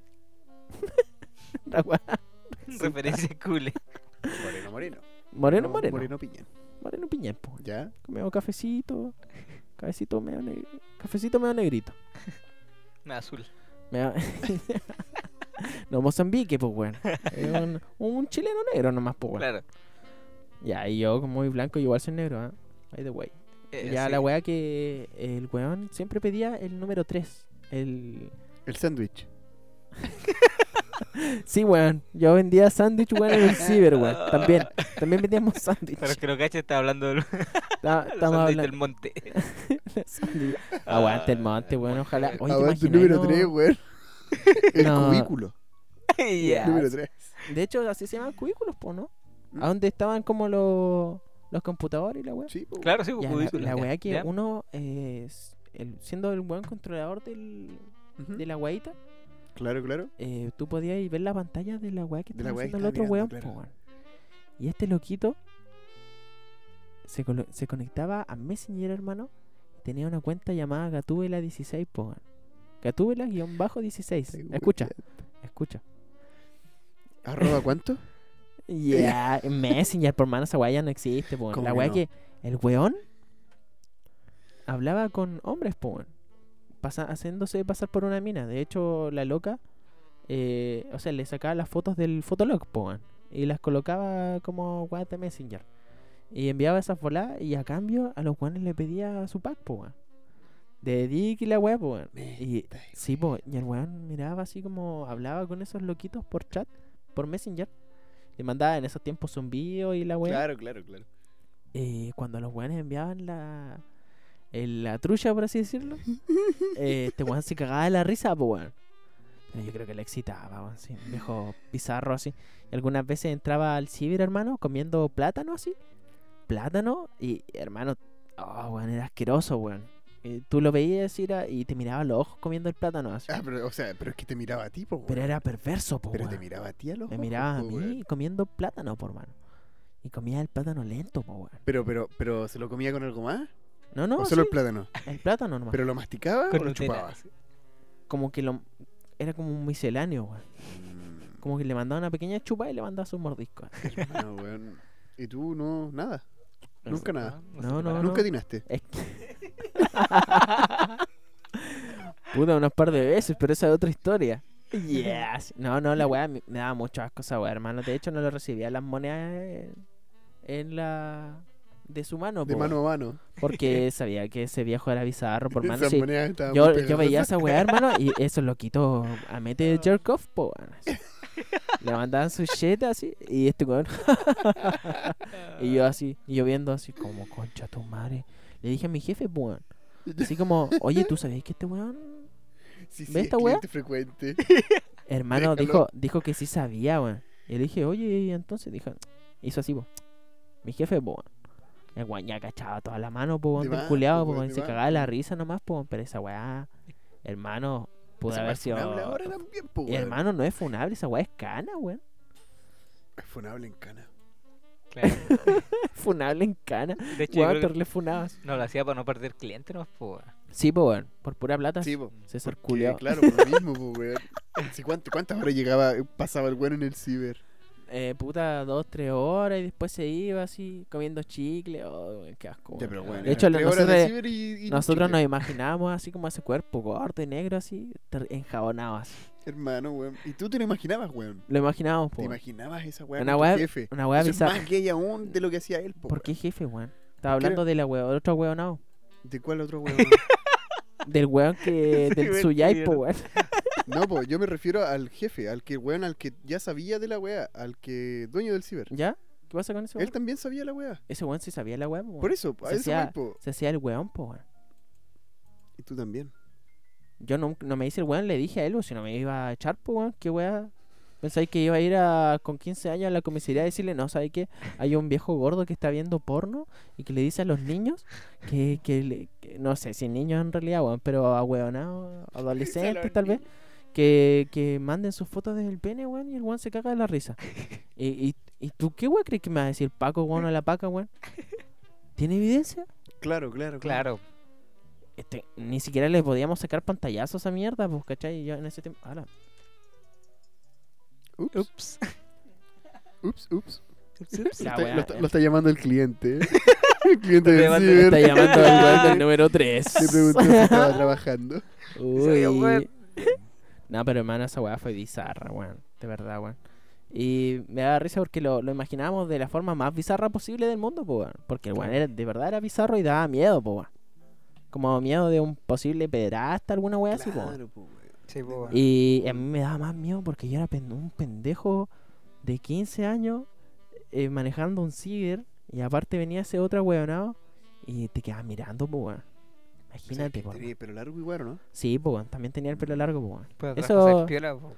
S4: La weá.
S3: Referencia cool.
S5: Moreno, moreno.
S4: Moreno,
S5: No,
S4: moreno.
S5: Moreno piña.
S4: Moreno piñén, po.
S5: ¿Ya?
S4: Comíamos cafecito. Cafecito medio negrito. Cafecito medio negrito.
S3: No, azul.
S4: Medio- no Mozambique, pues, weón. Es Un, un chileno negro nomás, pues, weón.
S3: Claro.
S4: Ya, y yo como muy blanco, igual soy negro, ¿ah? By the way.
S3: Eh,
S4: ya
S3: sí.
S4: la weá que el weón siempre pedía el número 3. El...
S5: El sándwich.
S4: Sí, weón. Yo vendía sándwich, weón, en el ciber, weón. También. También vendíamos sándwich.
S3: Pero creo que H está hablando del
S4: Ta-
S3: del
S4: Estamos
S3: sándwich del
S4: hablando
S3: monte.
S4: de sándwich. Aguante el monte, weón. Ojalá. Oye, ¿te
S5: Aguante el
S4: imaginas,
S5: número
S4: no?
S5: 3, weón. El
S4: No.
S5: cubículo.
S3: Ya.
S5: Número 3.
S4: De hecho, así se llaman cubículos, po, ¿no?
S5: Mm.
S4: A donde estaban como los, los computadores y la weá.
S5: Sí, po.
S3: Claro, sí,
S4: Ya,
S3: cubículo,
S4: la, la
S3: ya,
S4: weá que
S3: ya.
S4: uno, eh, s- el- siendo el buen controlador del,
S5: Ujú.
S4: de la weadita,
S5: Claro, claro.
S4: eh, tú podías ir ver la pantalla de la weá que
S5: De la
S4: estaba
S5: weá que
S4: haciendo el otro
S5: estaba
S4: weón,
S5: mirando,
S4: po,
S5: claro.
S4: weón. Y este loquito se, colo- se conectaba a Messenger, hermano. y Tenía una cuenta llamada Gatúbela16, po, weón. Gatúbela-16.
S5: Sí, weón,
S4: escucha,
S5: ya.
S4: escucha.
S5: ¿Arroba cuánto?
S4: Ya, Messenger, por mano, esa weá ya no existe, po.
S5: ¿Cómo
S4: La
S5: que
S4: weá
S5: no?
S4: que el weón hablaba con hombres, po. weón. Pasa- haciéndose pasar por una mina. De hecho, la loca, eh, o sea, le sacaba las fotos del fotolog, po. weón, Y las colocaba como weá de Messenger. Y enviaba esas voladas y a cambio a los weones le pedía su pack, po. weón. De Dick y la weá, po. weón. Y, sí, po. Y el weón miraba así como hablaba con esos loquitos por chat, por Messenger. Le mandaba en esos tiempos zumbido y la weá.
S5: Claro, claro, claro.
S4: Eh, cuando los weones enviaban la, el- la trucha, por así decirlo, eh, este weón se cagaba de la risa, po, weón. Pero yo creo que le excitaba, weón, sí, un viejo bizarro así. Y algunas veces entraba al ciber, hermano, comiendo plátano así. Plátano, y hermano, oh, weón, era asqueroso, weón. Eh, tú lo veías y, era- y te miraba a los ojos comiendo el plátano así.
S5: Ah, pero, o sea, pero es que te miraba a ti, po, weón.
S4: Pero era perverso, po,
S5: Pero te
S4: weón.
S5: miraba a ti a los
S4: Me
S5: ojos,
S4: miraba a
S5: po, weón.
S4: mí comiendo plátano, por mano. Y comía el plátano lento, po, weón.
S5: Pero, pero, pero, ¿se lo comía con algo más?
S4: No, no,
S5: ¿O solo
S4: sí,
S5: el plátano?
S4: el plátano nomás.
S5: ¿Pero lo masticaba
S3: Con
S5: o lo
S3: Nutella.
S5: chupaba?
S4: como que lo era como un misceláneo, weón.
S5: Mm,
S4: Como que le mandaba una pequeña chupa y le mandaba sus mordiscos.
S5: no, weón. ¿Y tú no? Nada. Nunca nada.
S3: No,
S4: No, no, no.
S5: Nunca atinaste.
S4: Es que... Puta, unas par de veces, pero esa es otra historia. Yes. No, no, la weá me me daba mucho asco esa weá, hermano. De hecho, no le recibía las monedas en, en la. de su mano,
S5: De
S4: po,
S5: mano a mano.
S4: porque sabía que ese viejo era bizarro, por mano.
S5: Esas
S4: sí.
S5: monedas estaban muy
S4: Yo, yo
S5: pegajosas.
S4: veía esa weá, hermano, y eso lo quitó a mete de Jerkov, po, weón, así. Le mandaban su shit así, y este weón. y yo así, y yo viendo así, como concha tu madre. Le dije a mi jefe, po, weón. Así como, oye, ¿tú sabías que este weón?
S5: Sí, sí,
S4: ¿Ves
S5: es
S4: esta weá?
S5: cliente frecuente.
S4: Hermano,
S5: Déjalo.
S4: dijo, dijo que sí sabía, weón. Y le dije, oye, y entonces dijo, hizo así, po. Mi jefe, po, weón. El weón ya cachaba toda la mano, po,
S5: De
S4: weón, del
S5: más,
S4: culiao,
S5: po,
S4: po,
S5: weón,
S4: weón,
S5: de
S4: Se
S5: más,
S4: cagaba de
S5: po.
S4: la risa nomás, po, weón, pero esa weá, hermano, pudo
S5: Esa weá
S4: haber
S5: es funable
S4: sido.
S5: ahora también, po,
S4: Y
S5: weón.
S4: hermano, no es funable, esa weá es cana, weón.
S5: Es funable en cana.
S3: Claro.
S4: funable en cana.
S3: De hecho, yo
S4: Weón,
S3: creo
S4: pero
S3: que
S4: le funabas.
S3: no lo hacía para no perder clientes, no, po, weón.
S4: Sí, po, weón, por pura plata.
S5: Sí, po.
S4: César
S5: porque,
S4: Ah, culiao.
S5: Claro, por lo mismo, po, weón. Sí, ¿cuánto- ¿Cuántas horas llegaba, pasaba el weón en el ciber?
S4: Eh, puta, dos, tres horas y después se iba así, comiendo chicle. Oh, weón, qué asco.
S5: Ya,
S4: weón.
S5: pero weón,
S4: de
S5: eran
S4: hecho,
S5: tres
S4: nosotros,
S5: horas de ciber y- y
S4: nosotros
S5: chicle.
S4: nos imaginábamos así como ese cuerpo gordo y negro, así, ter- enjabonado así.
S5: Hermano, weón. ¿Y tú te lo imaginabas, weón?
S4: Lo imaginábamos, po.
S5: ¿Te
S4: weón.
S5: imaginabas esa weá
S4: Una
S5: con tu
S4: weá-
S5: jefe?
S4: una weá
S5: Eso
S4: bizarra.
S5: Es más gay aún de lo que hacía él, po,
S4: ¿Por qué
S5: weón.
S4: jefe, weón? Estaba
S5: Porque era-
S4: hablando de la weón, otro weonado.
S5: ¿De cuál otro weón?
S4: Del weón que. del
S3: me
S4: suyay, po,
S3: escribieron.
S4: weón.
S5: no, po, yo me refiero al jefe, al que, weón, al que ya sabía de la weá, al que dueño del ciber.
S4: ¿Ya? ¿Qué pasa con ese
S5: Él
S4: weón?
S5: también sabía la weá.
S4: Ese weón sí sabía la weón, po, weón.
S5: Por eso, a
S4: Se
S5: eso
S4: hacía-
S5: voy, po.
S4: Se hacía el weón, po, weón.
S5: Y tú también.
S4: Yo no, no me hice el weón, le dije a él, o si no me iba a echar, pues weón, qué weá. Pensáis que iba a ir a, con 15 años a la comisaría a decirle, no, ¿sabes qué? Hay un viejo gordo que está viendo porno y que le dice a los niños que, que, le- que- no sé si niños en realidad, weón, pero a weonados, adolescentes tal vez, que, que manden sus fotos desde el pene, weón, y el weón se caga de la risa. ¿Y, y, y tú qué weón crees que me va a decir Paco, weón, o la paca, weón? ¿Tiene evidencia?
S5: Claro, claro,
S3: Claro.
S4: este, ni siquiera le podíamos sacar pantallazos a esa mierda, pues, ¿cachai? Yo en ese tiempo. ala,
S5: Ups,
S3: Ups.
S5: ups, ups.
S4: la
S5: Está-
S4: weá,
S5: lo, está,
S4: eh,
S5: lo está llamando el cliente. ¿eh? el cliente del
S3: llamando-
S5: ciber.
S4: está llamando al weón del
S5: Le
S4: este número
S5: preguntó si estaba
S4: 3.
S5: trabajando.
S3: Soy yo, weón.
S4: no, pero hermano, esa weá fue bizarra, weón. De verdad, weón. Y me da risa porque lo, lo imaginábamos de la forma más bizarra posible del mundo, po, weón. Porque el weón era- de verdad era bizarro y daba miedo, po, weón. Como miedo de un posible pedrasta, alguna weá así, po, weón.
S5: Claro, po, weón.
S3: Sí, po, weón.
S4: Y a mí me daba más miedo porque yo era pen- un pendejo de 15 años eh, manejando un Ciber y aparte venía ese otro weonado y te quedabas mirando, po, weón.
S5: O sea,
S4: Imagínate,
S5: que
S4: po,
S5: tenía
S4: weón.
S5: pelo largo y bueno, ¿no?
S4: Sí, po, weón. También tenía el pelo largo, po, weón.
S3: Pues
S4: eso-
S3: atrás José Piola, po.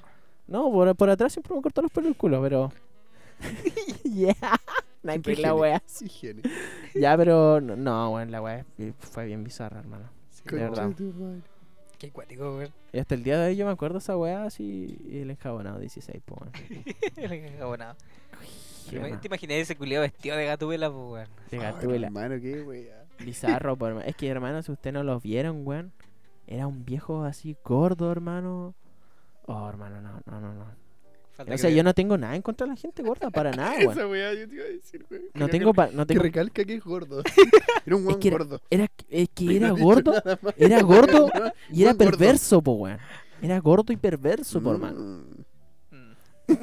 S4: No, por, por atrás siempre me cortó los pelos el culo, pero. yeah. No hay
S5: Siempre
S4: pila,
S5: higiene.
S4: wea.
S5: Higiene.
S4: Ya, pero. No, no, weón, la wea eh, fue bien bizarra, hermano.
S3: Sí,
S4: De
S3: po,
S4: verdad.
S5: Concha tu madre.
S3: Qué cuático, weón.
S4: Y hasta el día de hoy yo me acuerdo esa wea así. y El enjabonado 16, po, weón.
S3: El enjabonado.
S4: Qué
S3: Ima-
S4: ma-
S3: ¿Te imaginas ese culiado vestido de gatubela, po, weón?
S4: de
S5: Ay,
S4: gatuela.
S5: Hermano, qué wea.
S4: Bizarro, po, hermano. Es que, hermano, si ustedes no los vieron, weón. Era un viejo así gordo, hermano. Oh, hermano, no, no, no, no.
S3: Falta
S4: O
S3: que
S4: sea,
S3: le-
S4: yo no tengo nada en contra de la gente gorda, para nada, weón.
S5: Esa wea yo te iba a decir, weón.
S4: No
S5: Creo
S4: tengo,
S5: que,
S4: pa- no
S5: que
S4: tengo.
S5: recalca que es gordo. Era un
S4: Es
S5: buen
S4: que era-
S5: gordo.
S4: Era, es que
S5: Y no
S4: era
S5: he dicho
S4: gordo.
S5: nada más.
S4: Era gordo y era
S5: Buen gordo.
S4: perverso, po, weón. Era gordo y perverso, po, hermano.
S5: Mm.
S3: Mm.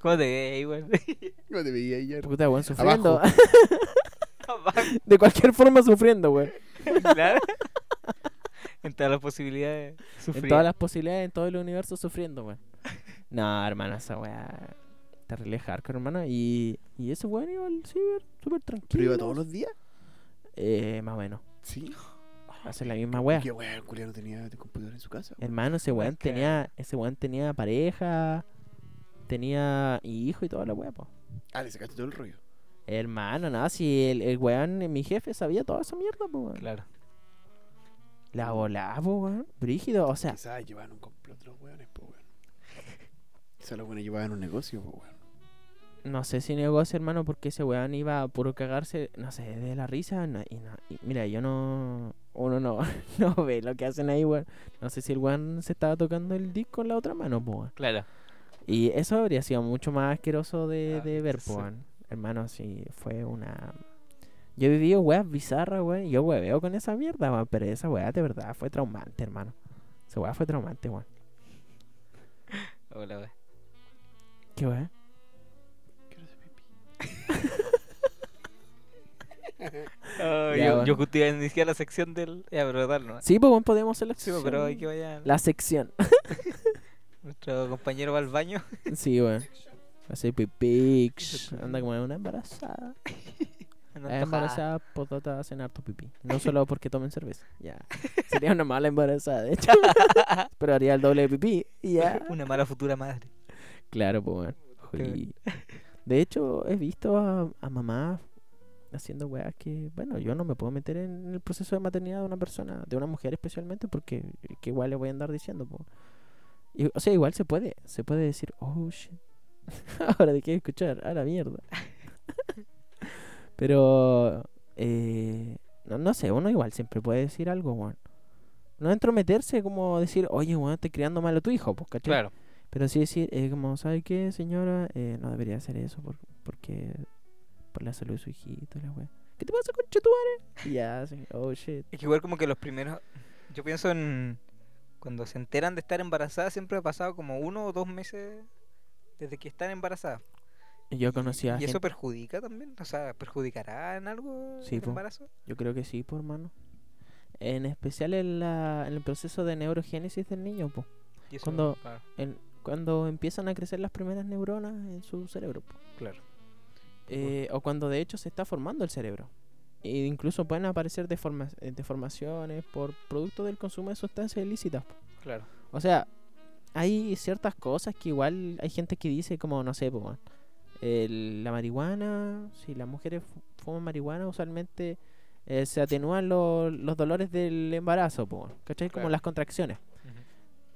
S3: ¿Cómo te ves ahí, weón?
S5: No te veía ayer.
S4: Puta, weón, sufriendo.
S3: Abajo,
S4: De cualquier forma sufriendo, weón.
S3: claro. En todas las posibilidades. Sufrir.
S4: En todas las posibilidades, en todo el universo sufriendo, weón. No, hermano, esa weá. Te relé hardcore, hermano. Y, y ese weón iba al ciber súper tranquilo.
S5: ¿Pero iba todos los días?
S4: Eh, más o menos.
S5: Sí.
S4: Hacer la misma weá.
S5: Qué wea, el culiao no tenía computador en su casa. weón.
S4: Hermano, ese weón
S3: que-
S4: tenía. Ese weón tenía pareja. Tenía hijo y toda la weá, po.
S5: Ah, le sacaste todo el rollo.
S4: Hermano, no, si el, el weón, mi jefe, sabía toda esa mierda, po, weón.
S3: Claro.
S4: La volá, po, weón. Brígido, o sea,
S5: Quizás llevaban un complot los weones, po, weón. Quizás los weones llevaban un negocio, po, weón.
S4: no sé si negocio, hermano, porque ese weón iba a puro cagarse, no sé, de la risa. no- y no- y mira, yo no. Uno no, no ve lo que hacen ahí, weón. No sé si el weón se estaba tocando el disco en la otra mano, po, weón.
S3: Claro.
S4: Y eso habría sido mucho más asqueroso de,
S3: Ah,
S4: de ver,
S3: sí.
S4: po, weón. Hermano, sí, fue una. Yo he vivido weas bizarras, weón. y Yo hueveo con esa mierda, weón. Pero esa wea de verdad fue traumante, hermano. Esa wea fue traumante, weón.
S3: Hola, weón.
S4: ¿Qué wea?
S5: Quiero hacer pipí.
S3: Oh,
S4: Ya,
S3: yo,
S4: bueno.
S3: yo justo iba a iniciar la sección del. Ya, pero tal, ¿no?
S4: Sí, pues, weón, podemos hacer la
S3: Sí,
S4: sección.
S3: pero hay que vaya.
S4: La sección.
S3: Nuestro compañero va al baño.
S4: Sí, weón. Hace pipí. ksh, Anda como una embarazada.
S3: Anda antojada.
S4: La embarazada potota hacen harto pipí. No solo porque tomen cerveza. Ya. Sería una mala embarazada, de hecho. Pero haría el doble de pipí. y Ya.
S3: Una mala futura madre.
S4: Claro, pues, weón.
S3: Qué-
S4: Jolí. De hecho, he visto a, a mamá haciendo weas que, bueno, yo no me puedo meter en el proceso de maternidad de una persona, de una mujer especialmente, porque eh, que igual le voy a andar diciendo, po. Y, o sea, igual se puede, se puede decir, oh shit, ahora de qué escuchar, a la mierda. Pero, eh, no, no sé, uno igual siempre puede decir algo, weón. No entrometerse como decir, oye, weón, estoy criando mal a tu hijo, pues, ¿cachai?
S3: Claro.
S4: Pero sí decir, eh, como, ¿sabe qué, señora? Eh, no debería hacer eso por, porque por la salud de su hijito, la wea. ¿Qué te pasa con Chetuare? Ya, sí. Oh, shit.
S3: Es que igual como que los primeros. Yo pienso en. Cuando se enteran de estar embarazadas, siempre ha pasado como uno o dos meses desde que están embarazadas.
S4: Y Yo conocí a
S3: ¿Y
S4: gente.
S3: eso perjudica también? O sea, ¿perjudicará en algo
S4: Sí,
S3: el
S4: po.
S3: embarazo?
S4: Yo creo que sí, por hermano. En especial en, la, en el proceso de neurogénesis del niño, po.
S3: Y eso-
S4: Cuando-
S3: claro,
S4: En- cuando empiezan a crecer las primeras neuronas en su cerebro, pues. po.
S3: claro.
S4: Eh, o cuando de hecho se está formando el cerebro. E incluso pueden aparecer deforma- eh, deformaciones por producto del consumo de sustancias ilícitas. po.
S3: Claro.
S4: O sea, hay ciertas cosas que igual hay gente que dice como, no sé, po, weón, el- la marihuana, si las mujeres fu- fuman marihuana, usualmente eh, se atenúan lo- los dolores del embarazo, po, weón, ¿cachai? Como
S3: Claro.
S4: las contracciones.
S3: Ujú.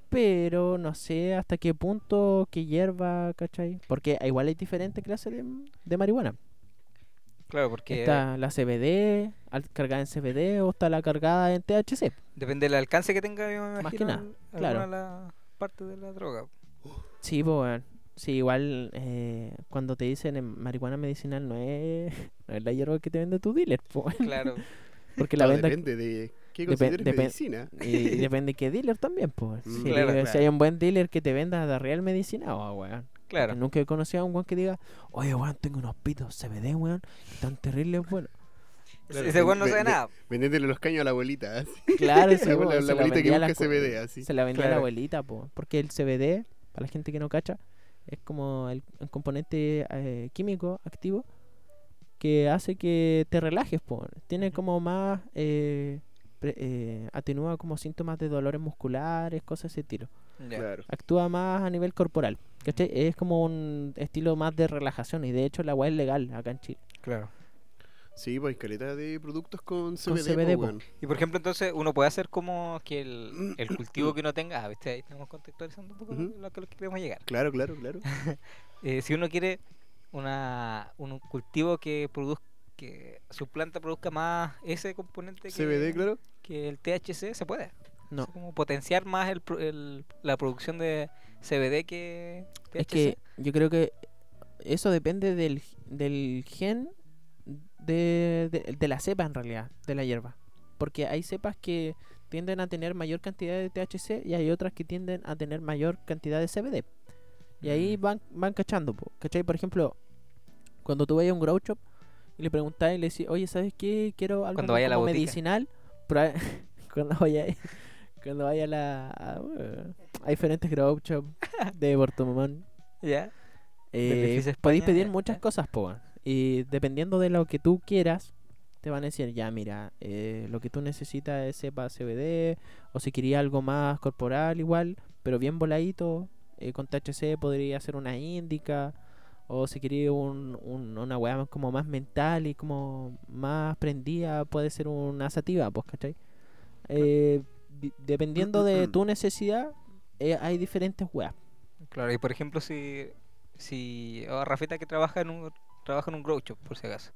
S4: Pero no sé hasta qué punto que hierba, ¿cachai? Porque igual hay diferentes clases de, de marihuana.
S3: Claro, porque
S4: Está la CBD, al- cargada en CBD o está la cargada en THC.
S3: depende del alcance que tenga, yo me
S4: Más que
S3: imagino,
S4: nada,
S3: al- alguna
S4: claro.
S3: de las partes de la droga.
S4: Sí, po, weón. Sí, igual eh, cuando te dicen en marihuana medicinal no es, no es la hierba que te vende tu dealer, po, weón.
S3: Claro.
S4: Porque la
S5: No,
S4: venta
S5: depende de qué
S4: depen-
S5: consideres
S4: depen-
S5: medicina.
S4: y, y depende qué dealer también, po. weón.
S5: Mm.
S4: Si,
S3: Claro,
S4: si
S3: claro.
S4: hay un buen dealer que te venda de real medicina, oh, weón.
S3: Claro.
S4: Nunca he conocido a un weón que diga, oye, weón, tengo unos pitos CBD, weón, que tan terribles, bueno.
S3: Ese- Ese weón no
S5: Ve-
S3: sabe
S5: ve-
S3: nada.
S5: Vendiéndole los caños a la abuelita. así.
S4: Claro, ese
S5: La
S4: weón
S5: abuela-
S4: se
S5: la abuelita que
S4: vendía a la
S5: busca
S4: cu-
S5: CBD, así.
S4: Se la vendía a la
S3: Claro.
S4: abuelita, po, porque el CBD, para la gente que no cacha, es como el, un componente eh, químico activo que hace que te relajes, po. Tiene como más... Eh, pre- eh, atenúa como síntomas de dolores musculares, cosas de ese tiro.
S3: Ya.
S5: Claro.
S4: Actúa más a nivel corporal. ¿Cachai? Es como un estilo más de relajación y de hecho la agua es legal acá en Chile.
S3: Claro.
S5: Sí, pues caleta de productos con CBD.
S4: CBD,
S5: po,
S4: po.
S5: weón.
S3: Y por ejemplo, entonces uno puede hacer como que el, el cultivo que uno tenga, ah, ¿viste? Ahí estamos contextualizando un poco
S5: Ujú.
S3: lo que lo que queremos llegar.
S5: Claro, claro, claro.
S3: Eh, si uno quiere una, un cultivo que produzca que su planta produzca más ese componente que,
S5: CBD, claro.
S3: que el THC, se puede.
S4: No.
S3: O sea, como potenciar más el, pro- el- la producción de CBD que THC.
S4: Es que yo creo que eso depende del, del gen de, de, de la cepa en realidad, de la hierba. Porque hay cepas que tienden a tener mayor cantidad de THC y hay otras que tienden a tener mayor cantidad de CBD. Y
S3: Mm.
S4: ahí van, van cachando, po, ¿cachai? Por ejemplo, cuando tú vayas a un grow shop y le preguntas y le decís, oye, ¿sabes qué? Quiero algo
S3: Cuando vaya a la
S4: como
S3: botica.
S4: medicinal. proba- cuando vaya, cuando vaya a la... a- bueno, hay diferentes grow shop de Puerto Montt.
S3: ¿Ya?
S4: Eh,
S3: Edificio
S4: podéis
S3: España,
S4: pedir
S3: ya,
S4: muchas
S3: ya.
S4: cosas, po. weón. Y dependiendo de lo que tú quieras, te van a decir, ya, mira, eh, lo que tú necesitas es cepa CBD, o si querías algo más corporal, igual, pero bien voladito, eh, con THC podría ser una índica, o si querías un, un- una weá más- como más mental y como más prendida, puede ser una sativa, pues, ¿cachai? Eh, di- dependiendo
S3: Mm,
S4: de tu necesidad, eh, hay diferentes weas.
S3: Claro, y por ejemplo, si. si o Rafita que trabaja en un, trabaja en un grow shop, por si acaso.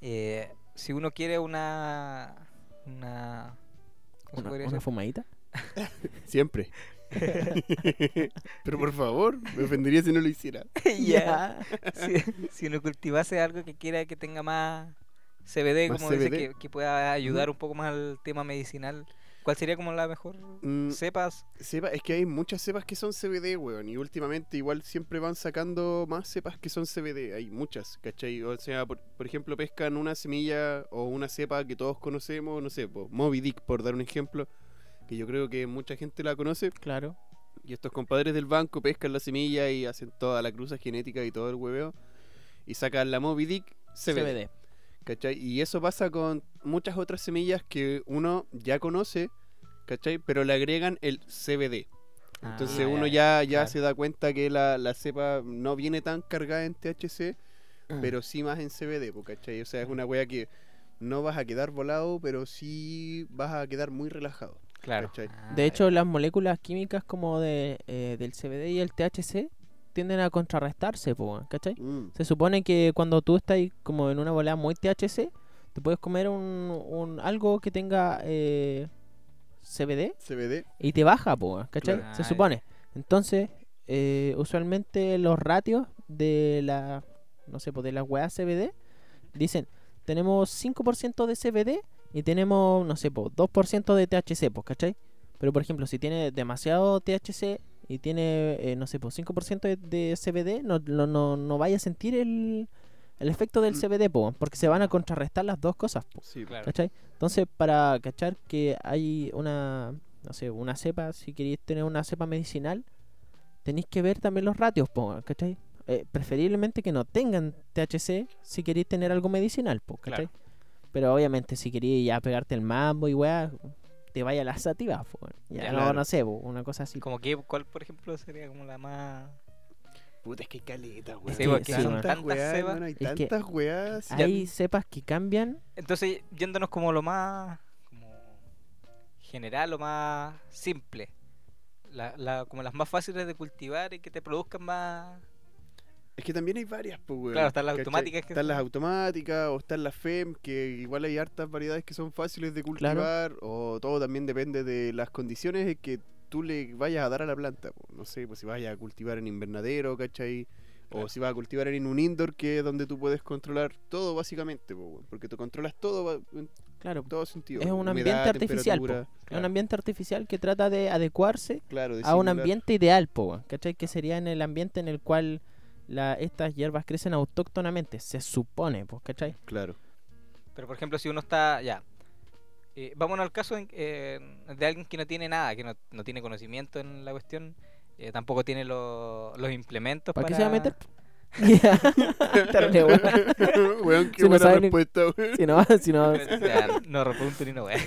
S3: Eh, si uno quiere una. Una. ¿cómo se
S4: Una,
S3: podría
S4: una
S3: decir?
S4: fumadita.
S5: Siempre. Pero por favor, me ofendería si no lo hiciera.
S3: Ya. si, si uno cultivase algo que quiera que tenga más CBD,
S5: Más
S3: como dice,
S5: CBD.
S3: que, que pueda ayudar un poco más al tema medicinal, ¿cuál sería como la mejor
S5: Mm,
S3: cepas?
S5: cepa- es que hay muchas cepas que son CBD, weón. Y últimamente igual siempre van sacando más cepas que son CBD. Hay muchas, ¿cachai? O sea, por, por ejemplo, pescan una semilla o una cepa que todos conocemos, no sé, po, Moby Dick, por dar un ejemplo, que yo creo que mucha gente la conoce.
S4: Claro.
S5: Y estos compadres del banco pescan la semilla y hacen toda la cruza genética y todo el hueveo. Y sacan la Moby Dick CBD.
S4: CBD.
S5: ¿Cachai? Y eso pasa con muchas otras semillas que uno ya conoce, ¿cachai? Pero le agregan el CBD. Entonces
S3: Ah,
S5: uno
S3: ya,
S5: ya, ya
S3: claro.
S5: se da cuenta que la, la cepa no viene tan cargada en THC,
S3: Ah.
S4: Mm.
S5: pero sí más en CBD, po, ¿cachai? O sea, es una wea que no vas a quedar volado, pero sí vas a quedar muy relajado.
S3: Claro.
S5: ¿cachai?
S3: Ah,
S4: De hecho, las moléculas químicas como de, eh, del CBD y el THC tienden a contrarrestarse, po, weón, ¿cachai?
S5: Mm.
S4: Se supone que cuando tú estás ahí como en una volada muy THC, te puedes comer un, un- algo que tenga eh, CBD
S5: CBD,
S4: y te baja, po, weón, ¿cachai?
S3: Claro.
S4: Se
S3: Ah, ya.
S4: supone. Entonces, eh, usualmente los ratios de la, no sé, pues de las weas CBD dicen, tenemos 5% de CBD y tenemos, no sé, po, 2% de THC, pues, ¿cachai? Pero, por ejemplo, si tiene demasiado THC y tiene, eh, no sé, pues 5% de, de CBD, no, no, no, no vaya a sentir el, el efecto del
S5: Mm.
S4: CBD, po, porque se van a contrarrestar las dos cosas, po.
S5: sí, po.
S3: Claro.
S4: ¿Cachai? Entonces, para cachar que hay una, no sé, una cepa, si queréis tener una cepa medicinal, tenéis que ver también los ratios, po, weón, ¿cachai? Eh, preferiblemente que no tengan THC si queréis tener algo medicinal, po, ¿cachai? Pero obviamente si queréis ya pegarte el mambo y weá, te vaya las sativas, po, weón. ya
S3: Ya,
S4: no,
S5: claro.
S4: no sé, po, una cosa así.
S3: Como que, ¿cuál por ejemplo sería como la más.
S5: Puta, es que hay caleta, weón.
S3: Sí,
S5: Hay
S4: porque son
S5: tantas
S3: tantas
S5: weas,
S3: cepas.
S5: hermano, hay
S4: Es que
S5: tantas weas.
S4: Hay cepas que cambian,
S3: Entonces, yéndonos como lo más como general, lo más simple, la, la- como las más fáciles de cultivar y que te produzcan más...
S5: Es que también hay varias, pues, weón.
S3: Claro, están las
S5: ¿cachai?
S3: automáticas que
S5: están
S3: son-
S5: las automáticas o están las FEM, que igual hay hartas variedades que son fáciles de cultivar. O todo también depende de las condiciones que tú le vayas a dar a la planta. po. No sé, pues si vayas a cultivar en invernadero, ¿cachai? O si vas a cultivar en un indoor que es donde tú puedes controlar todo básicamente, po, weón, porque tú controlas todo va- en
S4: Claro, po.
S5: todo sentido.
S4: Es
S5: weón,
S4: un ambiente artificial, po.
S5: temperatura,
S4: es un
S5: Claro,
S4: ambiente artificial que trata de adecuarse
S5: claro, de
S4: a un
S5: simular-
S4: ambiente ideal, po, weón, ¿cachai? Que sería en el ambiente en el cual la- estas hierbas crecen autóctonamente, se supone, pues, ¿cachai?
S5: Claro.
S3: Pero por ejemplo, si uno está ya. eh, vámonos al caso en- eh, de alguien que no tiene nada, que no, no tiene conocimiento en la cuestión, eh, tampoco tiene lo- los implementos
S4: ¿Para
S3: para.
S4: qué se va a meter? Ya. Terrible, weón.
S5: Weón, qué
S4: Si no
S5: buena
S4: saben ni-
S5: respuesta, weón.
S4: Si no, si no.
S3: Ya, no repunto ni una wea.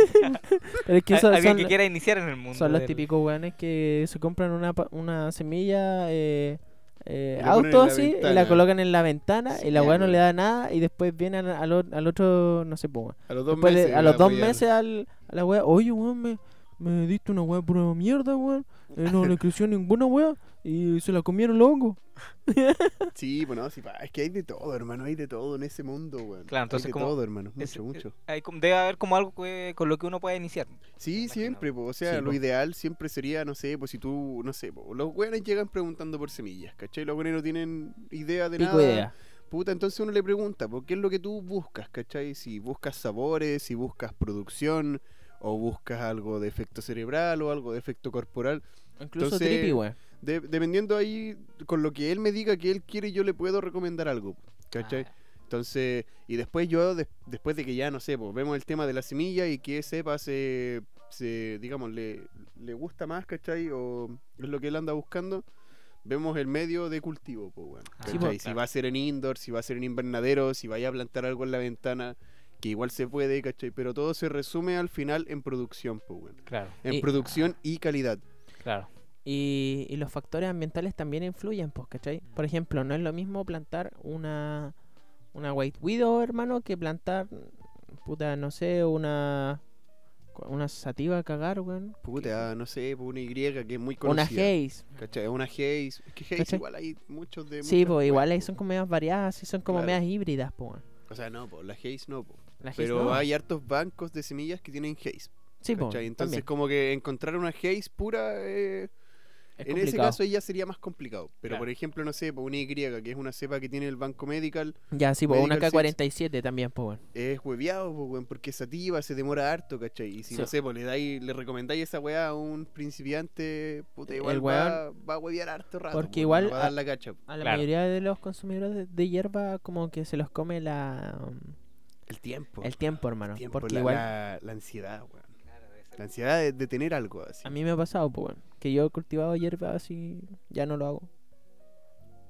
S4: Pero es que
S3: Al-
S4: son,
S3: Alguien
S4: son-
S3: que quiera iniciar en el mundo.
S4: son los
S3: del-
S4: típicos weones que se compran una, pa- una semilla, eh, eh,
S5: Y la ponen en
S4: auto
S5: la
S4: así, y la
S5: ventana.
S4: colocan en la ventana, y la
S5: ya,
S4: weá no
S5: weón.
S4: le da nada, y después viene al, al o- al otro, no sé, pues, weón.
S5: A los dos
S4: Después de-
S5: meses.
S4: a los
S5: la
S4: dos
S5: voy a-
S4: meses al, a la wea, oye, weón, me, me diste una wea pura mierda, weón. Eh, no le creció ninguna wea y se la comieron los hongos.
S5: Sí, bueno, sí, pa, es que hay de todo, hermano, hay de todo en ese mundo, weón.
S3: Claro, entonces
S5: hay de
S3: como- eh,
S5: todo, hermano, mucho,
S3: es-
S5: mucho.
S3: hay como- debe haber como algo que- con lo que uno pueda iniciar.
S5: Sí,
S3: imagino.
S5: siempre, po, o sea,
S4: Sí,
S5: lo
S4: po.
S5: ideal siempre sería, no sé, pues si tú, no sé, po, los güeyes llegan preguntando por semillas, ¿cachai? Los güeyes no tienen idea de
S4: Pico
S5: nada.
S4: idea.
S5: Puta, entonces uno le pregunta, ¿por qué es lo que tú buscas, cachai? Si buscas sabores, si buscas producción, o buscas algo de efecto cerebral o algo de efecto corporal.
S4: Incluso
S5: Entonces,
S4: trippy, weón.
S5: De- dependiendo ahí, con lo que él me diga que él quiere, yo le puedo recomendar algo, ¿cachai?
S3: Ah,
S5: Entonces, y después yo, des- después de que ya, no sé, pues, vemos el tema de la semilla y que sepa se, se digamos, le, le gusta más, ¿cachai? O es lo que él anda buscando, vemos el medio de cultivo, pues, bueno,
S3: Ah,
S4: sí,
S5: ¿cachai?
S3: pues,
S5: si
S3: claro.
S5: va a ser en indoor, si va a ser en invernadero, si vaya a plantar algo en la ventana, que igual se puede, ¿cachai? Pero todo se resume al final en producción, pues, bueno,
S3: claro,
S5: En
S4: Y-
S5: producción y calidad.
S3: claro.
S4: Y, y los factores ambientales también influyen, pues, ¿cachai? Por ejemplo, no es lo mismo plantar una, una White Widow, hermano, que plantar, puta, no sé, una, una sativa a cagar, weón.
S5: Puta, no sé, pues, una Y que es muy
S4: Una
S5: conocida.
S4: Haze.
S5: ¿Cachai? Una Haze. Es que Haze
S4: ¿Cachai?
S5: igual hay muchos de...
S4: Sí,
S5: muchas
S4: pues igual ahí
S5: weas,
S4: son como medias variadas, sí, son como
S5: Claro.
S4: medias híbridas, pues. weón.
S5: O sea, no, po, la Haze no, po.
S4: La Haze
S5: Pero
S4: no.
S5: hay hartos bancos de semillas que tienen Haze.
S4: Sí, pues.
S5: ¿cachai? Entonces, como que encontrar una Haze pura, eh,
S4: Es
S5: en ese
S4: complicado.
S5: caso ya sería más complicado. Pero,
S3: Claro.
S5: por ejemplo, no sé, po, una Y, que es una cepa que tiene el Banco Medical,
S4: Ya, sí, pues una
S5: Medical
S4: K47 también, pues. weón.
S5: es hueveado, po, weón, porque es sativa, se demora harto, ¿cachai? Y si,
S4: Sí.
S5: no sé, po, le, dais, le recomendáis esa weá a un principiante, puta,
S4: El
S5: igual va,
S4: weón-
S5: va a huevear harto rato.
S4: Porque
S5: po,
S4: igual
S5: no va a
S4: a-
S5: dar la cacha. po.
S4: A la
S3: Claro.
S4: mayoría de los consumidores de, de hierba como que se los come la
S5: El tiempo.
S4: el tiempo, hermano.
S5: tiempo,
S4: porque
S5: la,
S4: igual
S5: la- la ansiedad, weón. La ansiedad de, de tener algo así.
S4: A mí me ha pasado, pues, weón, que yo he cultivado hierba así, ya no lo hago.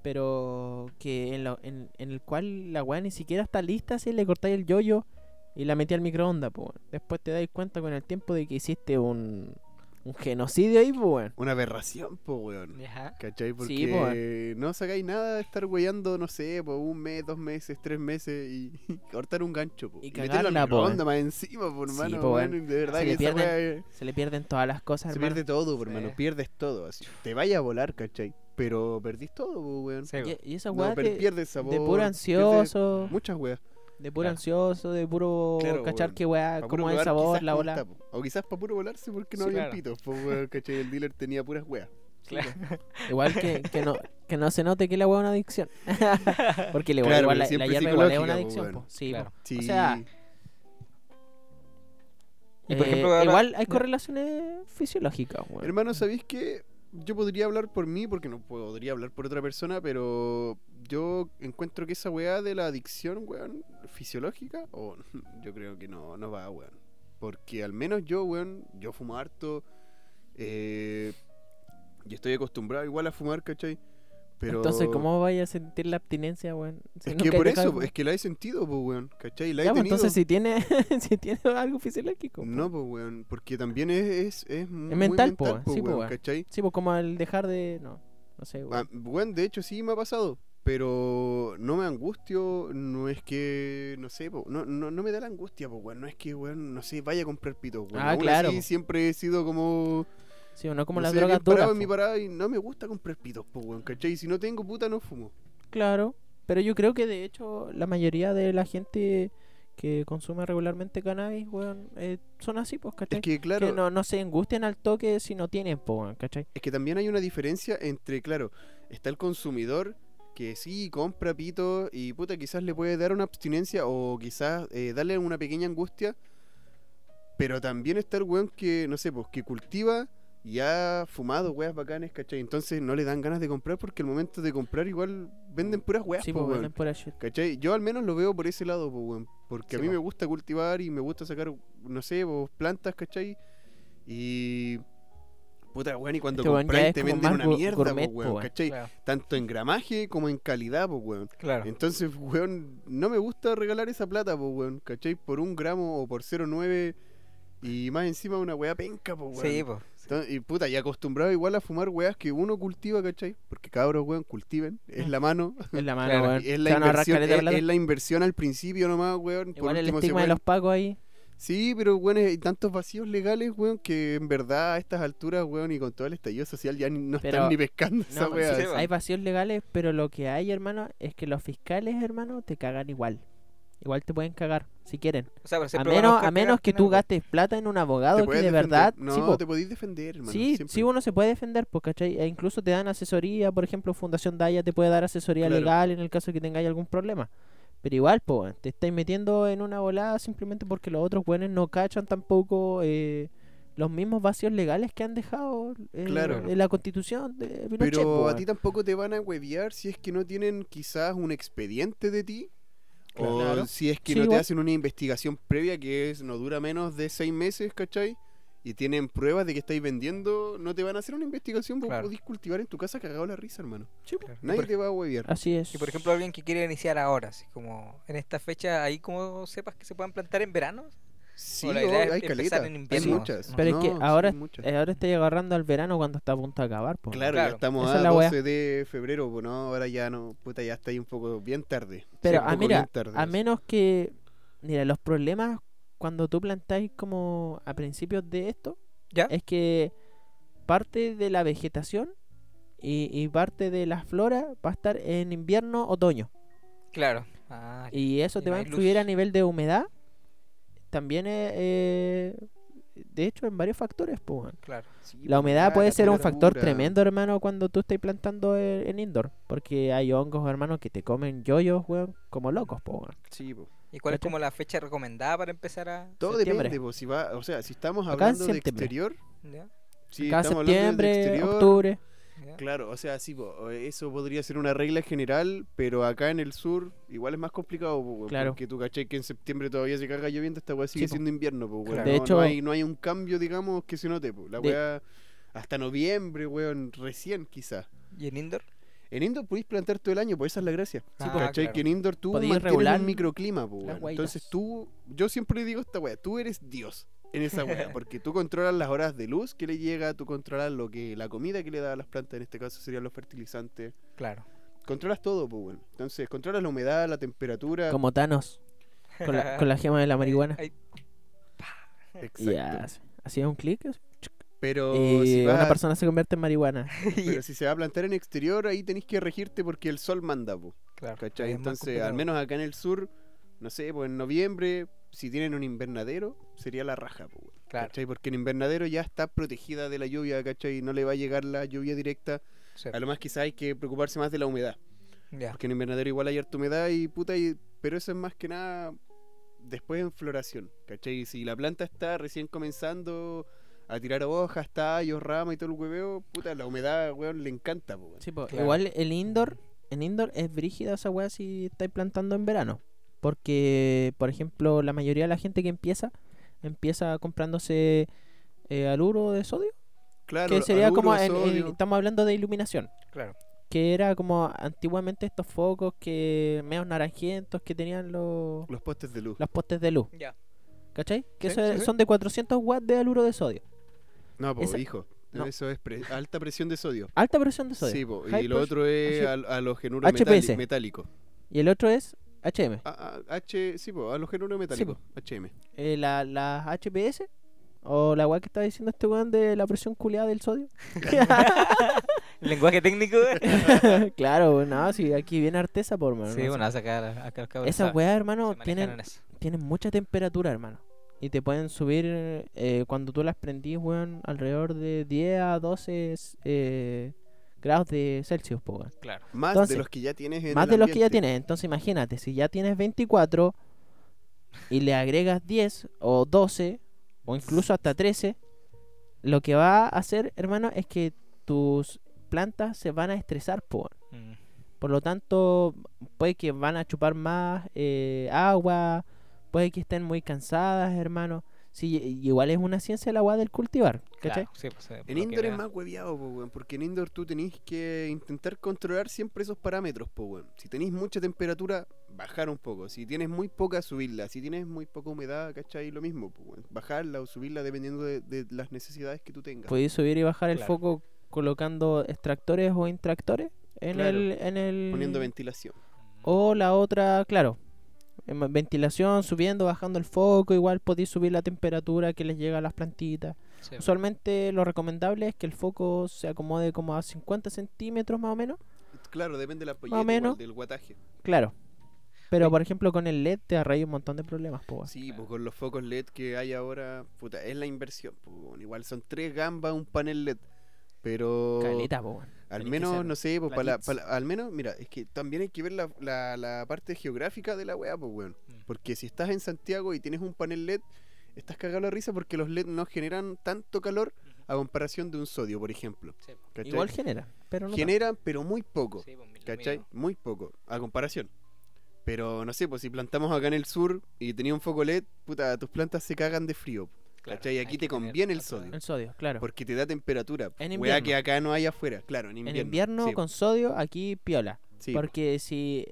S4: Pero que en, lo- en, en el cual la weá ni siquiera está lista, si le cortáis el yoyo y la metí al microondas, pues. weón. Después te dais cuenta con el tiempo de que hiciste un, un genocidio ahí, pues, weón.
S5: Una aberración, po, weón.
S3: Ajá.
S5: ¿Cachai? Porque
S4: Sí, po,
S5: no sacáis nada de estar weyando, no sé, por un mes, dos meses, tres meses y, y cortar un gancho, po.
S4: Y
S5: meterlo al
S4: cagarla, po,
S5: microondas más encima, por
S4: Sí,
S5: hermano.
S4: po,
S5: weón,
S4: weón.
S5: de verdad
S4: Se
S5: que
S4: le
S5: esa
S4: pierden-
S5: weá, eh,
S4: Se le pierden todas las cosas,
S5: se
S4: hermano.
S5: pierde todo, po,
S3: Sí.
S5: hermano. Pierdes todo. Así. Te vaya a volar, ¿cachai? Pero perdís todo, po, weón.
S3: Sí, po.
S4: Y, y esa
S5: No,
S4: weá
S5: per-
S4: de,
S5: pierdes sabor.
S4: de puro
S5: pierdes
S4: ansioso,
S5: Muchas weas.
S4: de puro
S3: Claro.
S4: ansioso, de puro
S5: Claro,
S4: cachar
S5: weón.
S4: que weá,
S5: Pa' puro
S4: cómo es Ah, el
S5: volar
S4: sabor,
S5: quizás
S4: la
S5: no
S4: bola.
S5: está, po. O quizás para puro volarse porque no
S3: Sí,
S5: había
S3: claro.
S5: pitos, po, weón, ¿cachai? El dealer tenía puras weas.
S3: Claro.
S4: Igual que, que, no, que no se note que la hueá es una adicción. Porque la,
S5: Claro,
S4: igual,
S5: pero
S4: la,
S5: siempre
S4: la hierba igual es
S5: psicológica,
S4: una
S5: po,
S4: adicción.
S5: weón.
S4: po. Sí,
S3: Claro.
S4: po.
S5: Sí.
S4: O sea,
S3: Y por
S4: eh,
S3: ejemplo, ahora-
S4: igual hay
S3: ya.
S4: correlaciones fisiológicas. weón.
S5: Hermano, ¿sabéis qué? Yo podría hablar por mí, porque no podría hablar por otra persona, pero yo encuentro que esa weá de la adicción, weón, fisiológica, o yo creo que no, no va, weón. Porque al menos yo, weón, yo fumo harto, eh, y estoy acostumbrado igual a fumar, ¿cachai? Pero...
S4: Entonces, ¿cómo vaya a sentir la abstinencia, weón? Si
S5: Es
S4: nunca
S5: que
S4: he
S5: por
S4: dejado
S5: eso,
S4: de fumar.
S5: es que la he sentido, pues, weón, ¿cachai? La he
S4: Ya, pues,
S5: tenido.
S4: entonces si tiene, si tiene algo fisiológico. po.
S5: No, pues, weón, porque también es... Es, es muy
S4: mental, po,
S5: po,
S4: sí, po,
S5: weón,
S4: weón.
S5: ¿cachai?
S4: Sí, pues como al dejar de... No, no sé, weón.
S5: Ah, bueno, de hecho sí me ha pasado, pero no me angustio, no es que, no sé, po, no, no, no me da la angustia, po, weón, no es que, weón, no sé, vaya a comprar pito, weón.
S4: Ah,
S5: Aún
S4: claro,
S5: así,
S4: po.
S5: siempre he sido como...
S4: Sí, o no como
S5: no
S4: las
S5: sé,
S4: drogas
S5: bien parado
S4: duras.
S5: en mi
S4: po.
S5: parada y no me gusta comprar pitos, po, weón, ¿cachai? Y si no tengo puta, no fumo.
S4: Claro, pero yo creo que de hecho la mayoría de la gente que consume regularmente cannabis, weón, eh, son así, pues, ¿cachai?
S5: Es que, claro,
S4: que no, no se angustian al toque si no tienen, po, pues, weón, ¿cachai?
S5: es que también hay una diferencia entre, claro, está el consumidor que sí, compra pito y puta, quizás le puede dar una abstinencia o quizás eh, darle una pequeña angustia. Pero también está el weón que, no sé, pues que cultiva y ha fumado weas bacanes, ¿cachai? Entonces no le dan ganas de comprar porque el momento de comprar igual venden puras weas,
S4: Sí,
S5: po,
S4: pues
S5: weón.
S4: venden pura shit.
S5: ¿Cachai? Yo al menos lo veo por ese lado, po, weón. Porque a
S4: Sí,
S5: mí
S4: po.
S5: me gusta cultivar y me gusta sacar, no sé, po, plantas, ¿cachai? Y. Puta, weón, y cuando
S4: Este weón ya
S5: compráis
S4: es
S5: te
S4: como
S5: venden
S4: más
S5: una
S4: gu-
S5: mierda, po,
S4: gourmet, po,
S5: weón,
S4: weón.
S5: ¿cachai?
S3: Claro,
S5: Tanto en gramaje como en calidad, po, weón.
S3: claro.
S5: Entonces, weón, no me gusta regalar esa plata, po, weón, ¿cachai? Por un gramo o por 0,9 y más encima una weá penca, po, weón.
S3: Sí, pues.
S5: Entonces, Y puta, y acostumbrado igual a fumar weas que uno cultiva, ¿cachai? Porque cabros, weón, cultiven, es
S4: Mm.
S5: la mano,
S4: Es la mano,
S3: Claro,
S4: weón.
S5: es
S4: Se
S5: la,
S4: van a ahorrar
S5: inversión,
S4: caleta de
S5: es,
S4: plata.
S5: es la inversión al principio nomás, weón. Por
S4: Igual el
S5: último, si,
S4: estigma de
S5: weón-
S4: los pacos ahí.
S5: Sí, pero weón, hay tantos vacíos legales, weón, que en verdad a estas alturas, weón, y con todo el estallido social ya ni- no pues,
S4: Pero-
S5: están ni pescando esa
S4: No,
S5: wea.
S4: sí,
S3: sí,
S4: hay vacíos legales, pero lo que hay, hermano, es que los fiscales, hermano, te cagan igual. Igual te pueden cagar, si quieren.
S3: O sea, pero
S4: A
S3: siempre van
S4: menos,
S3: buscar
S4: a menos
S3: pegar
S4: que
S3: quién
S4: tú
S3: es, weón.
S4: gastes plata en un
S5: Te
S4: abogado que
S5: puedes
S4: de
S5: defender.
S4: verdad...
S5: No,
S4: sí, pues, po.
S5: te podís defender, hermano.
S4: Sí,
S5: siempre.
S4: sí, uno se puede defender, pues, ¿cachai? E incluso te dan asesoría, por ejemplo, Fundación Daya te puede dar asesoría
S5: Claro.
S4: legal en el caso de que tengáis algún problema. Pero igual, pues, weón, te estáis metiendo en una volada simplemente porque los otros buenos no cachan tampoco eh, los mismos vacíos legales que han dejado eh,
S5: Claro.
S4: en la constitución de Pinochet,
S5: Pero
S4: po,
S5: a
S4: weón.
S5: ti tampoco te van a hueviar si es que no tienen quizás un expediente de ti.
S4: Claro.
S5: O si es que
S4: Sí,
S5: no
S4: igual.
S5: te hacen una investigación previa que es, no dura menos de seis meses, ¿cachai? Y tienen pruebas de que estáis vendiendo, no te van a hacer una investigación, vos
S3: Claro.
S5: podís cultivar en tu casa cagado la risa, hermano.
S4: Sí, po.
S3: Claro.
S5: Nadie te va a hueviar.
S4: Así es.
S3: Y por ejemplo, alguien que quiere iniciar ahora, así como en esta fecha, ahí como sepas que se puedan plantar en verano.
S5: Sí,
S3: o la
S5: hay
S3: idea es
S5: hay
S3: empezar
S5: caleta.
S3: en
S5: hay
S3: invierno.
S5: muchas.
S4: Pero
S5: No,
S4: es que
S5: sí,
S4: ahora,
S5: hay muchas.
S4: eh, ahora estoy agarrando al verano cuando está a punto de acabar, po.
S5: Claro,
S3: claro,
S5: ya estamos
S4: esa
S5: a
S4: es la wea.
S5: 12 de febrero, pues no, ahora ya no, puta, ya está ahí un poco bien tarde.
S4: Pero,
S5: Sí, un
S4: ah,
S5: poco
S4: mira,
S5: bien tarde,
S4: a
S5: así.
S4: menos que. Mira, los problemas cuando tú plantáis como a principios de esto
S3: ¿Ya?
S4: es que parte de la vegetación y, y parte de la flora va a estar en invierno, otoño.
S3: Claro. Ah,
S4: Y eso
S3: Y
S4: te
S3: no
S4: va a
S3: hay
S4: influir a
S3: luz.
S4: nivel de humedad. También, eh, eh, de hecho, en varios factores. po, weón.
S3: claro.
S5: Sí,
S4: La
S5: pues,
S4: humedad
S5: ya,
S4: puede
S5: la
S4: ser un factor
S5: temperatura.
S4: tremendo, hermano, cuando tú estás plantando en, en indoor. Porque hay hongos, hermano, que te comen yoyos, weón, como locos, po, weón.
S5: Sí, pues.
S3: ¿Y cuál es
S4: ¿Cachai?
S3: como la fecha recomendada para empezar a.?
S5: Todo
S4: Septiembre.
S5: depende, pues, si va, o sea, si estamos
S4: Acá en
S5: hablando de
S4: septiembre.
S5: exterior,
S3: ¿Ya?
S5: si
S4: Cada
S5: estamos hablando de
S4: septiembre,
S5: exterior,
S4: octubre.
S3: ¿Ya?
S5: Claro, o sea, sí, po, eso podría ser una regla general, pero acá en el sur igual es más complicado, po, weón,
S4: Claro.
S5: porque tú caché que en septiembre todavía se caga lloviendo, esta weá sigue
S4: Sí, po.
S5: siendo invierno, po, weón.
S3: Claro.
S4: De
S5: no, no
S4: hecho-
S5: hay, no hay un cambio, digamos, que se note, po. la
S4: De-
S5: weá hasta noviembre, weón, recién quizás.
S3: ¿Y en indoor?
S5: En indoor podéis plantar todo el año, pues esa es la gracia.
S3: Sí,
S5: ¿cachai?
S3: po. Ah, claro.
S5: Que en indoor tú
S4: Podéis
S5: mantienes
S4: regular
S5: un microclima, po,
S4: las
S5: weón.
S4: guaitas.
S5: Entonces tú, yo siempre digo esta weá, tú eres Dios en esa weá, porque tú controlas las horas de luz que le llega, tú controlas lo que, la comida que le da a las plantas, en este caso serían los fertilizantes.
S3: Claro.
S5: Controlas todo, pues, weón. Entonces, controlas la humedad, la temperatura.
S4: Como Thanos. Con la, con la gema de la marihuana.
S3: Ahí-
S5: Exacto.
S4: Y así. Así es un clic. así,
S5: Pero,
S4: Y
S5: si
S4: Eh,
S5: vas
S4: una
S5: a-
S4: persona se convierte en marihuana.
S5: pero si se va a plantar en exterior, ahí tenéis que regirte porque el sol manda, pues. po.
S3: claro.
S5: ¿Cachai?
S3: es más
S5: Entonces, al
S3: complicado.
S5: menos acá en el sur, no sé, pues en noviembre, si tienen un invernadero, sería la raja, pues, weón,
S3: Claro.
S5: ¿cachai? Porque en invernadero ya está protegida de la lluvia, ¿cachai? No le va a llegar la lluvia directa.
S3: Sí.
S5: A lo más quizás hay que preocuparse más de la humedad.
S3: Ya.
S5: Porque en invernadero igual hay harta humedad y puta, y- pero eso es más que nada después en floración, ¿cachai? Si la planta está recién comenzando a tirar hojas, tallos, ramas y todo el hueveo, puta, la humedad, weón, le encanta, po, weón.
S4: Sí, po,
S3: Claro.
S4: Igual el indoor, en indoor es brígida esa weá si estáis plantando en verano. Porque, por ejemplo, la mayoría de la gente que empieza, empieza comprándose eh, aluro de sodio.
S5: Claro,
S4: que sería
S5: aluro,
S4: como, en- en-
S5: sodio.
S4: estamos hablando de iluminación.
S3: Claro.
S4: Que era como antiguamente estos focos que meos naranjientos que tenían los,
S5: los postes de luz.
S4: los postes de luz.
S3: Ya.
S4: ¿Cachai? Que
S5: Sí,
S4: eso es-
S5: sí.
S4: son de 400 watts de aluro de sodio.
S5: No, po,
S4: Esa-
S5: hijo.
S4: no.
S5: Eso es pre- alta presión de sodio.
S4: Alta presión de sodio.
S5: Sí, po,
S4: High
S5: y lo
S4: pressure.
S5: otro es
S4: Así-
S5: al- a, los genuros
S4: HPS.
S5: metálicos.
S4: Y el otro es HM.
S5: A, a- H, sí, po, a los genuros metálicos. HM.
S4: Eh, la- Las HPS. O la weá que está diciendo este weón de la presión culeada del sodio.
S3: Lenguaje técnico.
S4: claro, weón, no, si aquí viene Artesa por mano.
S3: sí, bueno, a sacar a- acá al cabrón.
S4: Esas
S3: sabe,
S4: weas,
S3: se
S4: hermano,
S3: manejan
S4: tienen,
S3: en eso.
S4: tienen mucha temperatura, hermano. Y te pueden subir eh, cuando tú las prendís, weón, alrededor de 10 a 12 eh, grados de Celsius, po, weón.
S3: Claro.
S5: Más
S4: Entonces,
S5: de los que ya tienes en
S4: Más
S5: el
S4: de los que ya
S5: ambiente.
S4: tienes. Entonces imagínate, si ya tienes 24 y le agregas 10 o 12 o incluso hasta 13, lo que va a hacer, hermano, es que tus plantas se van a estresar, po, weón.
S3: Mm.
S4: Por lo tanto, puede que van a chupar más eh, agua, puede que estén muy cansadas, hermano. Sí, y- igual es una ciencia el agua del cultivar, ¿cachai?
S3: Claro, sí, pues, eh,
S5: En
S3: lo
S5: indoor
S3: que
S5: es
S3: da.
S5: más hueviado, po, weón, porque en indoor tú tenés que intentar controlar siempre esos parámetros, po, weón. Si tenés mucha temperatura, bajar un poco. Si tienes muy poca, subirla. Si tienes muy poca humedad, ¿cachai? Lo mismo, po, weón. Bajarla o subirla dependiendo de, de las necesidades que tú tengas.
S4: Podéis subir y bajar el
S3: Claro.
S4: foco colocando extractores o intractores en
S5: Claro.
S4: el... En el...
S5: Poniendo ventilación.
S3: Mm,
S4: O la otra, claro. em, Ventilación, subiendo, bajando el foco, igual podéis subir la temperatura que les llega a las plantitas.
S3: Sí,
S4: Usualmente lo recomendable es que el foco se acomode como a 50 centímetros más o menos.
S5: Claro, depende de la
S4: o menos.
S5: del guataje.
S4: Claro. Pero por ejemplo con el LED te arraiga un montón de problemas, po, weón.
S5: Sí, pues con los focos LED que hay ahora, puta, es la inversión, po, weón. Igual son tres gambas un panel LED. Pero...
S4: Caleta, po, weón.
S5: Al
S4: Tenés que ser
S5: menos, no sé, pues, pa' la-
S4: platitos.
S5: pa' la- al menos, mira, es que también hay que ver la, la- la parte geográfica de la weá, pues, weón.
S3: Mm.
S5: Porque si estás en Santiago y tienes un panel LED, estás cagado la risa porque los LED no generan tanto calor a comparación de un sodio, por ejemplo.
S3: Sí, po.
S5: ¿Cachai?
S4: Igual genera, pero no.
S5: generan, pero muy poco,
S3: Sí, pues, mi- lo
S5: ¿cachai?
S3: mío.
S5: Muy poco, a comparación. Pero, no sé, pues si plantamos acá en el sur y tenía un foco LED, puta, tus plantas se cagan de frío,
S3: Claro,
S5: ¿cachai?
S3: hay
S5: Aquí
S3: que
S5: te
S3: tener
S5: conviene el
S3: otro-
S5: sodio.
S4: tanto. El sodio, claro.
S5: porque te da temperatura.
S4: En
S5: weá que
S4: invierno.
S5: acá no hay afuera, claro, en
S4: En
S5: invierno.
S4: invierno
S5: sí,
S4: con sodio, aquí piola.
S5: sí, pues.
S4: Porque si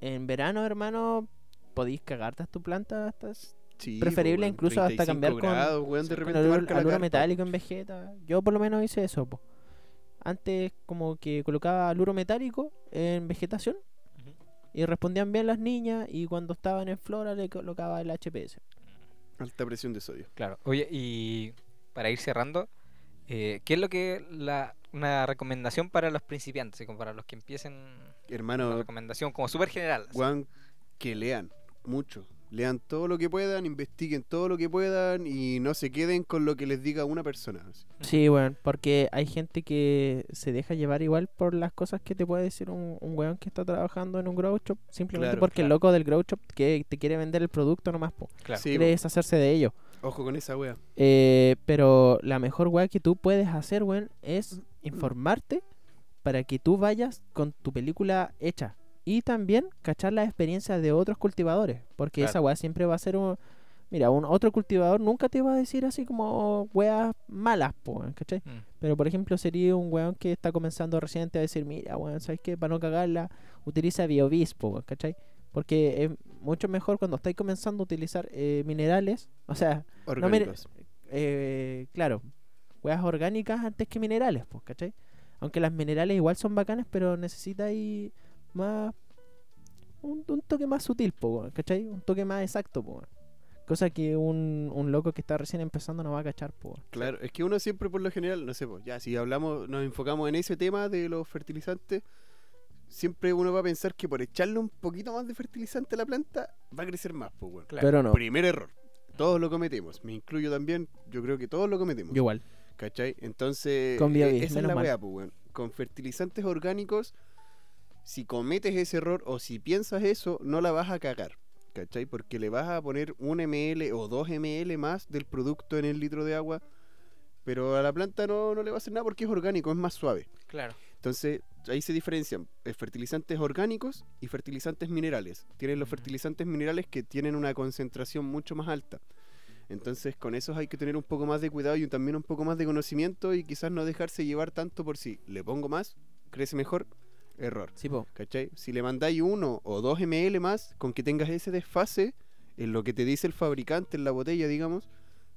S4: en verano, hermano, podéis cagarte a tu planta hasta
S5: Sí,
S4: Preferible
S5: weón,
S4: incluso hasta
S5: 35
S4: cambiar con-
S5: grados, weón, de
S4: con
S5: repente
S4: aluro-
S5: marca la
S4: aluro
S5: carpa.
S4: metálico en vegeta. Yo por lo menos hice eso, po. Antes como que colocaba aluro metálico en vegetación
S3: Ujú.
S4: y respondían bien las niñas y cuando estaban en flora le colocaba el HPS.
S5: Alta presión de sodio.
S3: Claro. Oye, y para ir cerrando, eh, ¿qué es lo que la una recomendación para los principiantes, así como para los que empiecen una
S5: Hermano,
S3: recomendación como súper general? así?
S5: weón, que lean mucho. Lean todo lo que puedan, investiguen todo lo que puedan y no se queden con lo que les diga una persona. así.
S4: Sí, bueno, porque hay gente que se deja llevar igual por las cosas que te puede decir un, un weón que está trabajando en un grow shop, simplemente
S5: Claro,
S4: porque el
S3: claro.
S4: loco del grow shop que te quiere vender el producto nomás, po.
S3: Claro.
S5: Sí,
S4: Quiere deshacerse de ello.
S5: Ojo con esa wea.
S4: Eh, pero la mejor weá que tú puedes hacer, weón, es informarte para que tú vayas con tu película hecha. Y también cachar las experiencias de otros cultivadores. Porque
S3: Claro.
S4: esa weá siempre va a ser un. Mira, un otro cultivador nunca te va a decir así como weas malas, po, weón, ¿cachai?
S3: Mm.
S4: Pero por ejemplo, sería un weón que está comenzando recién te va a decir: Mira, weón, ¿sabes qué? Para no cagarla, utiliza biobis, po, weón, ¿cachai? Porque es mucho mejor cuando estáis comenzando a utilizar eh, minerales. O sea,
S5: Orgánicos.
S4: eh, claro, huevas orgánicas antes que minerales, pues, ¿cachai? Aunque las minerales igual son bacanas, pero necesitáis más. Un, un toque más sutil, po, weón, ¿cachai? Un toque más exacto, po. weón. Cosa que un, un loco que está recién empezando no va a cachar, po. weón.
S5: Claro, es que uno siempre por lo general, no sé, pues, ya si hablamos, nos enfocamos en ese tema de los fertilizantes, siempre uno va a pensar que por echarle un poquito más de fertilizante a la planta va a crecer más, pues, weón.
S3: Claro.
S4: Pero no,
S5: Primer error. Todos lo cometemos. Me incluyo también. Yo creo que todos lo cometemos.
S4: yo igual.
S5: ¿Cachai? Entonces,
S4: Con
S5: eh,
S4: biobis,
S5: esa es
S4: menos
S5: la
S4: mal.
S5: weá, pues, weón. Con fertilizantes orgánicos, si cometes ese error o si piensas eso, no la vas a cagar. ¿Cachai? Porque le vas a poner un ml o dos ml más del producto en el litro de agua. Pero a la planta no, no le va a hacer nada porque es orgánico, es más suave.
S3: Claro.
S5: Entonces, ahí se diferencian eh, fertilizantes orgánicos y fertilizantes minerales. Tienen los
S3: Ujú.
S5: fertilizantes minerales que tienen una concentración mucho más alta. Entonces, con esos hay que tener un poco más de cuidado y también un poco más de conocimiento y quizás no dejarse llevar tanto por si le pongo más, crece mejor, error.
S4: Sí, po.
S5: ¿Cachai? Si le mandáis uno o dos ml más, con que tengas ese desfase en lo que te dice el fabricante en la botella, digamos,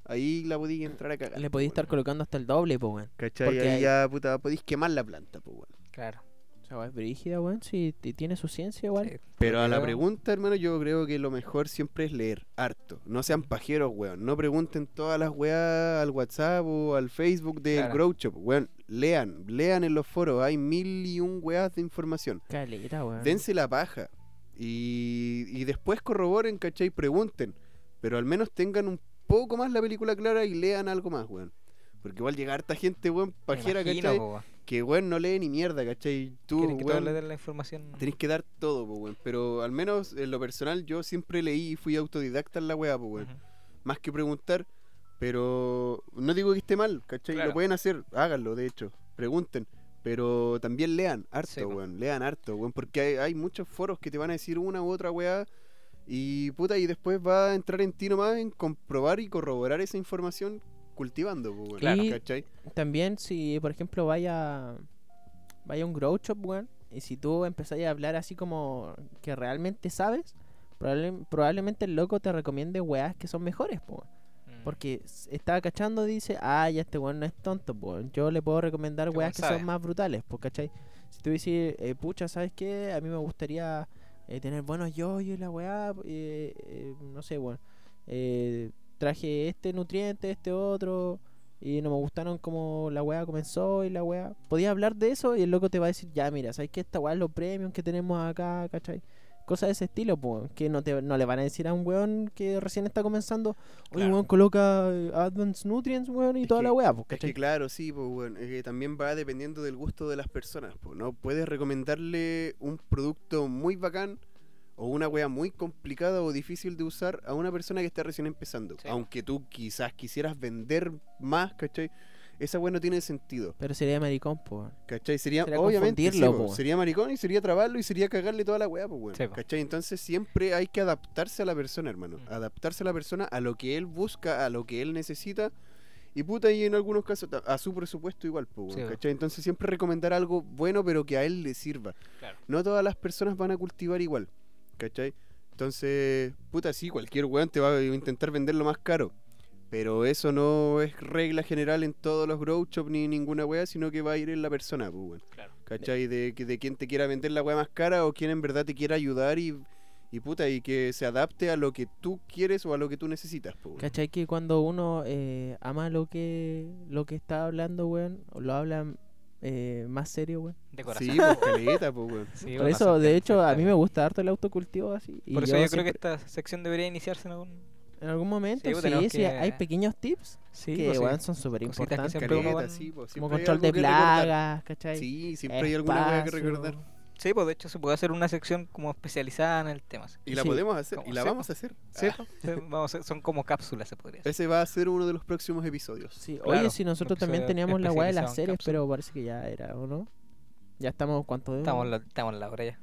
S5: ahí la podéis entrar a cagar.
S4: Le podéis
S5: po,
S4: estar
S5: weón.
S4: colocando hasta el doble, po, weón.
S5: ¿Cachai?
S4: porque
S5: ahí
S4: hay-
S5: ya, puta, podéis quemar la planta, pues, weón.
S3: Claro. Eh,
S4: O sea, es brígida, weón, si ti- tiene su ciencia igual.
S3: Sí,
S5: Pero a la
S3: creo-
S5: pregunta, hermano, yo creo que lo mejor siempre es leer harto. No sean pajeros, weón. No pregunten todas las weas al WhatsApp o al Facebook del
S3: Claro.
S5: Grow Shop, weón. Lean, lean en los foros. Hay mil y un weas de información.
S4: Caleta, weón.
S5: Dense la paja. Y, y después corroboren, ¿cachai? Pregunten. Pero al menos tengan un poco más la película clara y lean algo más, weón. Porque igual llega harta gente, weón, pajera,
S3: Me imagino,
S5: ¿cachai?
S3: po, weón.
S5: Que, weón, no lee ni mierda, ¿cachai? Tú,
S3: Quieren que todos
S5: weón,
S3: le den la información.
S5: tenés que dar todo, po, weón. Pero al menos en lo personal yo siempre leí y fui autodidacta en la weá, po, weón.
S3: Ujú.
S5: Más que preguntar. Pero no digo que esté mal, ¿cachai?
S3: Claro.
S5: Lo pueden hacer, háganlo, de hecho. Pregunten. Pero también lean harto,
S3: Sí, po.
S5: weón. Lean harto, weón. Porque hay, hay muchos foros que te van a decir una u otra weá. Y puta, y después va a entrar en ti nomás en comprobar y corroborar esa información cultivando, po, weón.
S4: Claro. Y-
S5: ¿cachai?
S4: También si, por ejemplo, vaya vaya a un grow shop, weón, y si tú empezás a hablar así como que realmente sabes, probable- probablemente el loco te recomiende weas que son mejores, po, weón.
S3: Mm.
S4: Porque s- estaba cachando y dice, ah, ya este weón no es tonto, po, weón. Yo le puedo recomendar
S3: Este
S4: weas
S3: weón
S4: que
S3: sabe.
S4: son más brutales, pues, ¿cachai? Si tú dices, eh, pucha, ¿sabes qué? A mí me gustaría eh, tener buenos yo y la weá, eh, eh, no sé, weón. Eh, traje este nutriente, este otro, y no me gustaron como la weá comenzó y la weá. Podías hablar de eso y el loco te va a decir, ya, mira, ¿sabes qué? Esta weá es los premios que tenemos acá, ¿cachai? Cosas de ese estilo, pues, que no, te, no le van a decir a un weón que recién está comenzando, oye,
S3: Claro.
S4: weón, coloca eh, Advanced Nutrients, weón, y
S5: Es
S4: toda
S5: que-
S4: la weá, pues,
S5: Es
S4: ¿cachai?
S5: que claro, sí, pues, weón, es que también va dependiendo del gusto de las personas. Pues, no puedes recomendarle un producto muy bacán o una wea muy complicada o difícil de usar a una persona que está recién empezando.
S3: Sí.
S5: Aunque tú quizás quisieras vender más, ¿cachai? Esa wea no tiene sentido,
S4: Pero sería maricón, pues, weón.
S5: ¿cachai? Sería,
S4: Sería
S5: obviamente, sí,
S4: confundirlo,
S5: po,
S4: po, weón.
S5: sería maricón y sería trabarlo y sería cagarle toda la wea, pues, weón,
S3: Sí, po.
S5: ¿cachai? Entonces siempre hay que adaptarse a la persona, hermano.
S3: Mm.
S5: Adaptarse a la persona, a lo que él busca, a lo que él necesita. Y puta, y en algunos casos ta- a su presupuesto igual, po, weón,
S3: Sí, po.
S5: ¿cachai? Entonces siempre recomendar algo bueno, pero que a él le sirva.
S3: Claro.
S5: No todas las personas van a cultivar igual, ¿cachai? Entonces, puta, sí, cualquier weón te va a intentar vender lo más caro. Pero eso no es regla general en todos los grow shop ni ninguna wea, sino que va a ir en la persona, pues, weón.
S3: Claro.
S5: ¿Cachai? De, que- de quién te quiera vender la wea más cara o quién en verdad te quiera ayudar y, y puta, y que se adapte a lo que tú quieres o a lo que tú necesitas, pues, weón.
S4: ¿Cachai? Que cuando uno eh, ama lo que lo que está hablando, weón, lo habla eh, más serio, weón.
S3: De corazón.
S5: Sí, pues, caleta, pues, weón.
S3: Sí,
S4: Por
S3: de
S4: eso,
S3: corazón,
S4: de
S3: sí,
S4: hecho, a mí me
S3: exactamente.
S4: gusta harto el autocultivo así. y
S3: Por eso yo creo que
S4: siempre-
S3: esta sección debería iniciarse en algún.
S4: En algún momento,
S3: Sí,
S4: sí,
S3: pues, tenemos
S4: sí,
S3: que-
S4: hay pequeños tips
S3: Sí,
S4: que,
S3: pues sí.
S4: weón, son súper
S3: Cositas que
S4: importantes.
S3: siempre uno
S5: Caleta,
S3: va-
S5: sí, pues,
S4: Como
S5: siempre hay
S4: control
S5: algo
S4: de
S5: que recordar.
S4: plagas, ¿cachai?
S5: Sí, siempre hay alguna wea que
S4: Espacio.
S5: recordar.
S3: Sí, pues de hecho se puede hacer una sección como especializada en el tema. así.
S5: Y la
S4: Sí.
S5: podemos hacer,
S3: Como
S5: y la
S3: sea,
S5: vamos a hacer. Ah,
S3: Sí, pues, sí, vamos a- son como cápsulas, se podría decir.
S5: Ese va a ser uno de los próximos episodios.
S4: Sí,
S3: Claro,
S4: oye, si nosotros
S3: un
S4: también
S3: episodio
S4: teníamos la weá de
S3: especializado
S4: las
S3: en
S4: series,
S3: cápsulas.
S4: pero parece que ya era, ¿o no? Ya estamos, ¿cuánto de
S3: Estamos, en la- estamos en la hora ya.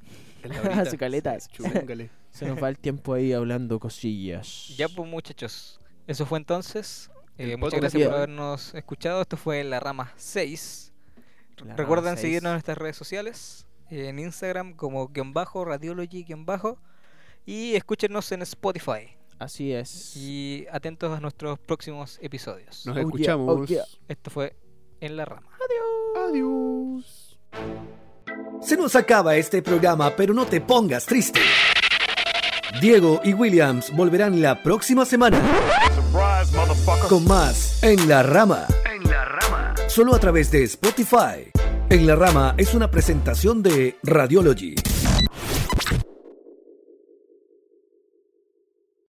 S4: Su caleta.
S5: Chungale.
S4: Se nos va el tiempo ahí hablando cosillas.
S3: Ya, pues muchachos, eso fue entonces. Eh,
S5: El
S3: muchas
S5: podcast
S3: gracias por
S4: de-
S3: habernos escuchado. Esto fue La Rama 6.
S4: La
S3: Recuerden
S4: seis.
S3: seguirnos en nuestras redes sociales, eh, en Instagram como guión bajo, radiology guión bajo, y escúchenos en Spotify.
S4: Así es.
S3: Y atentos a nuestros próximos episodios.
S5: Nos
S4: yeah, oh
S5: escuchamos.
S4: yeah.
S3: Esto fue En la Rama.
S5: Adiós.
S1: Se nos acaba este programa, pero no te pongas triste. Diego y Williams volverán la próxima semana con más En la Rama,
S2: En la rama.
S1: solo a través de Spotify. En la Rama es una presentación de Radiology.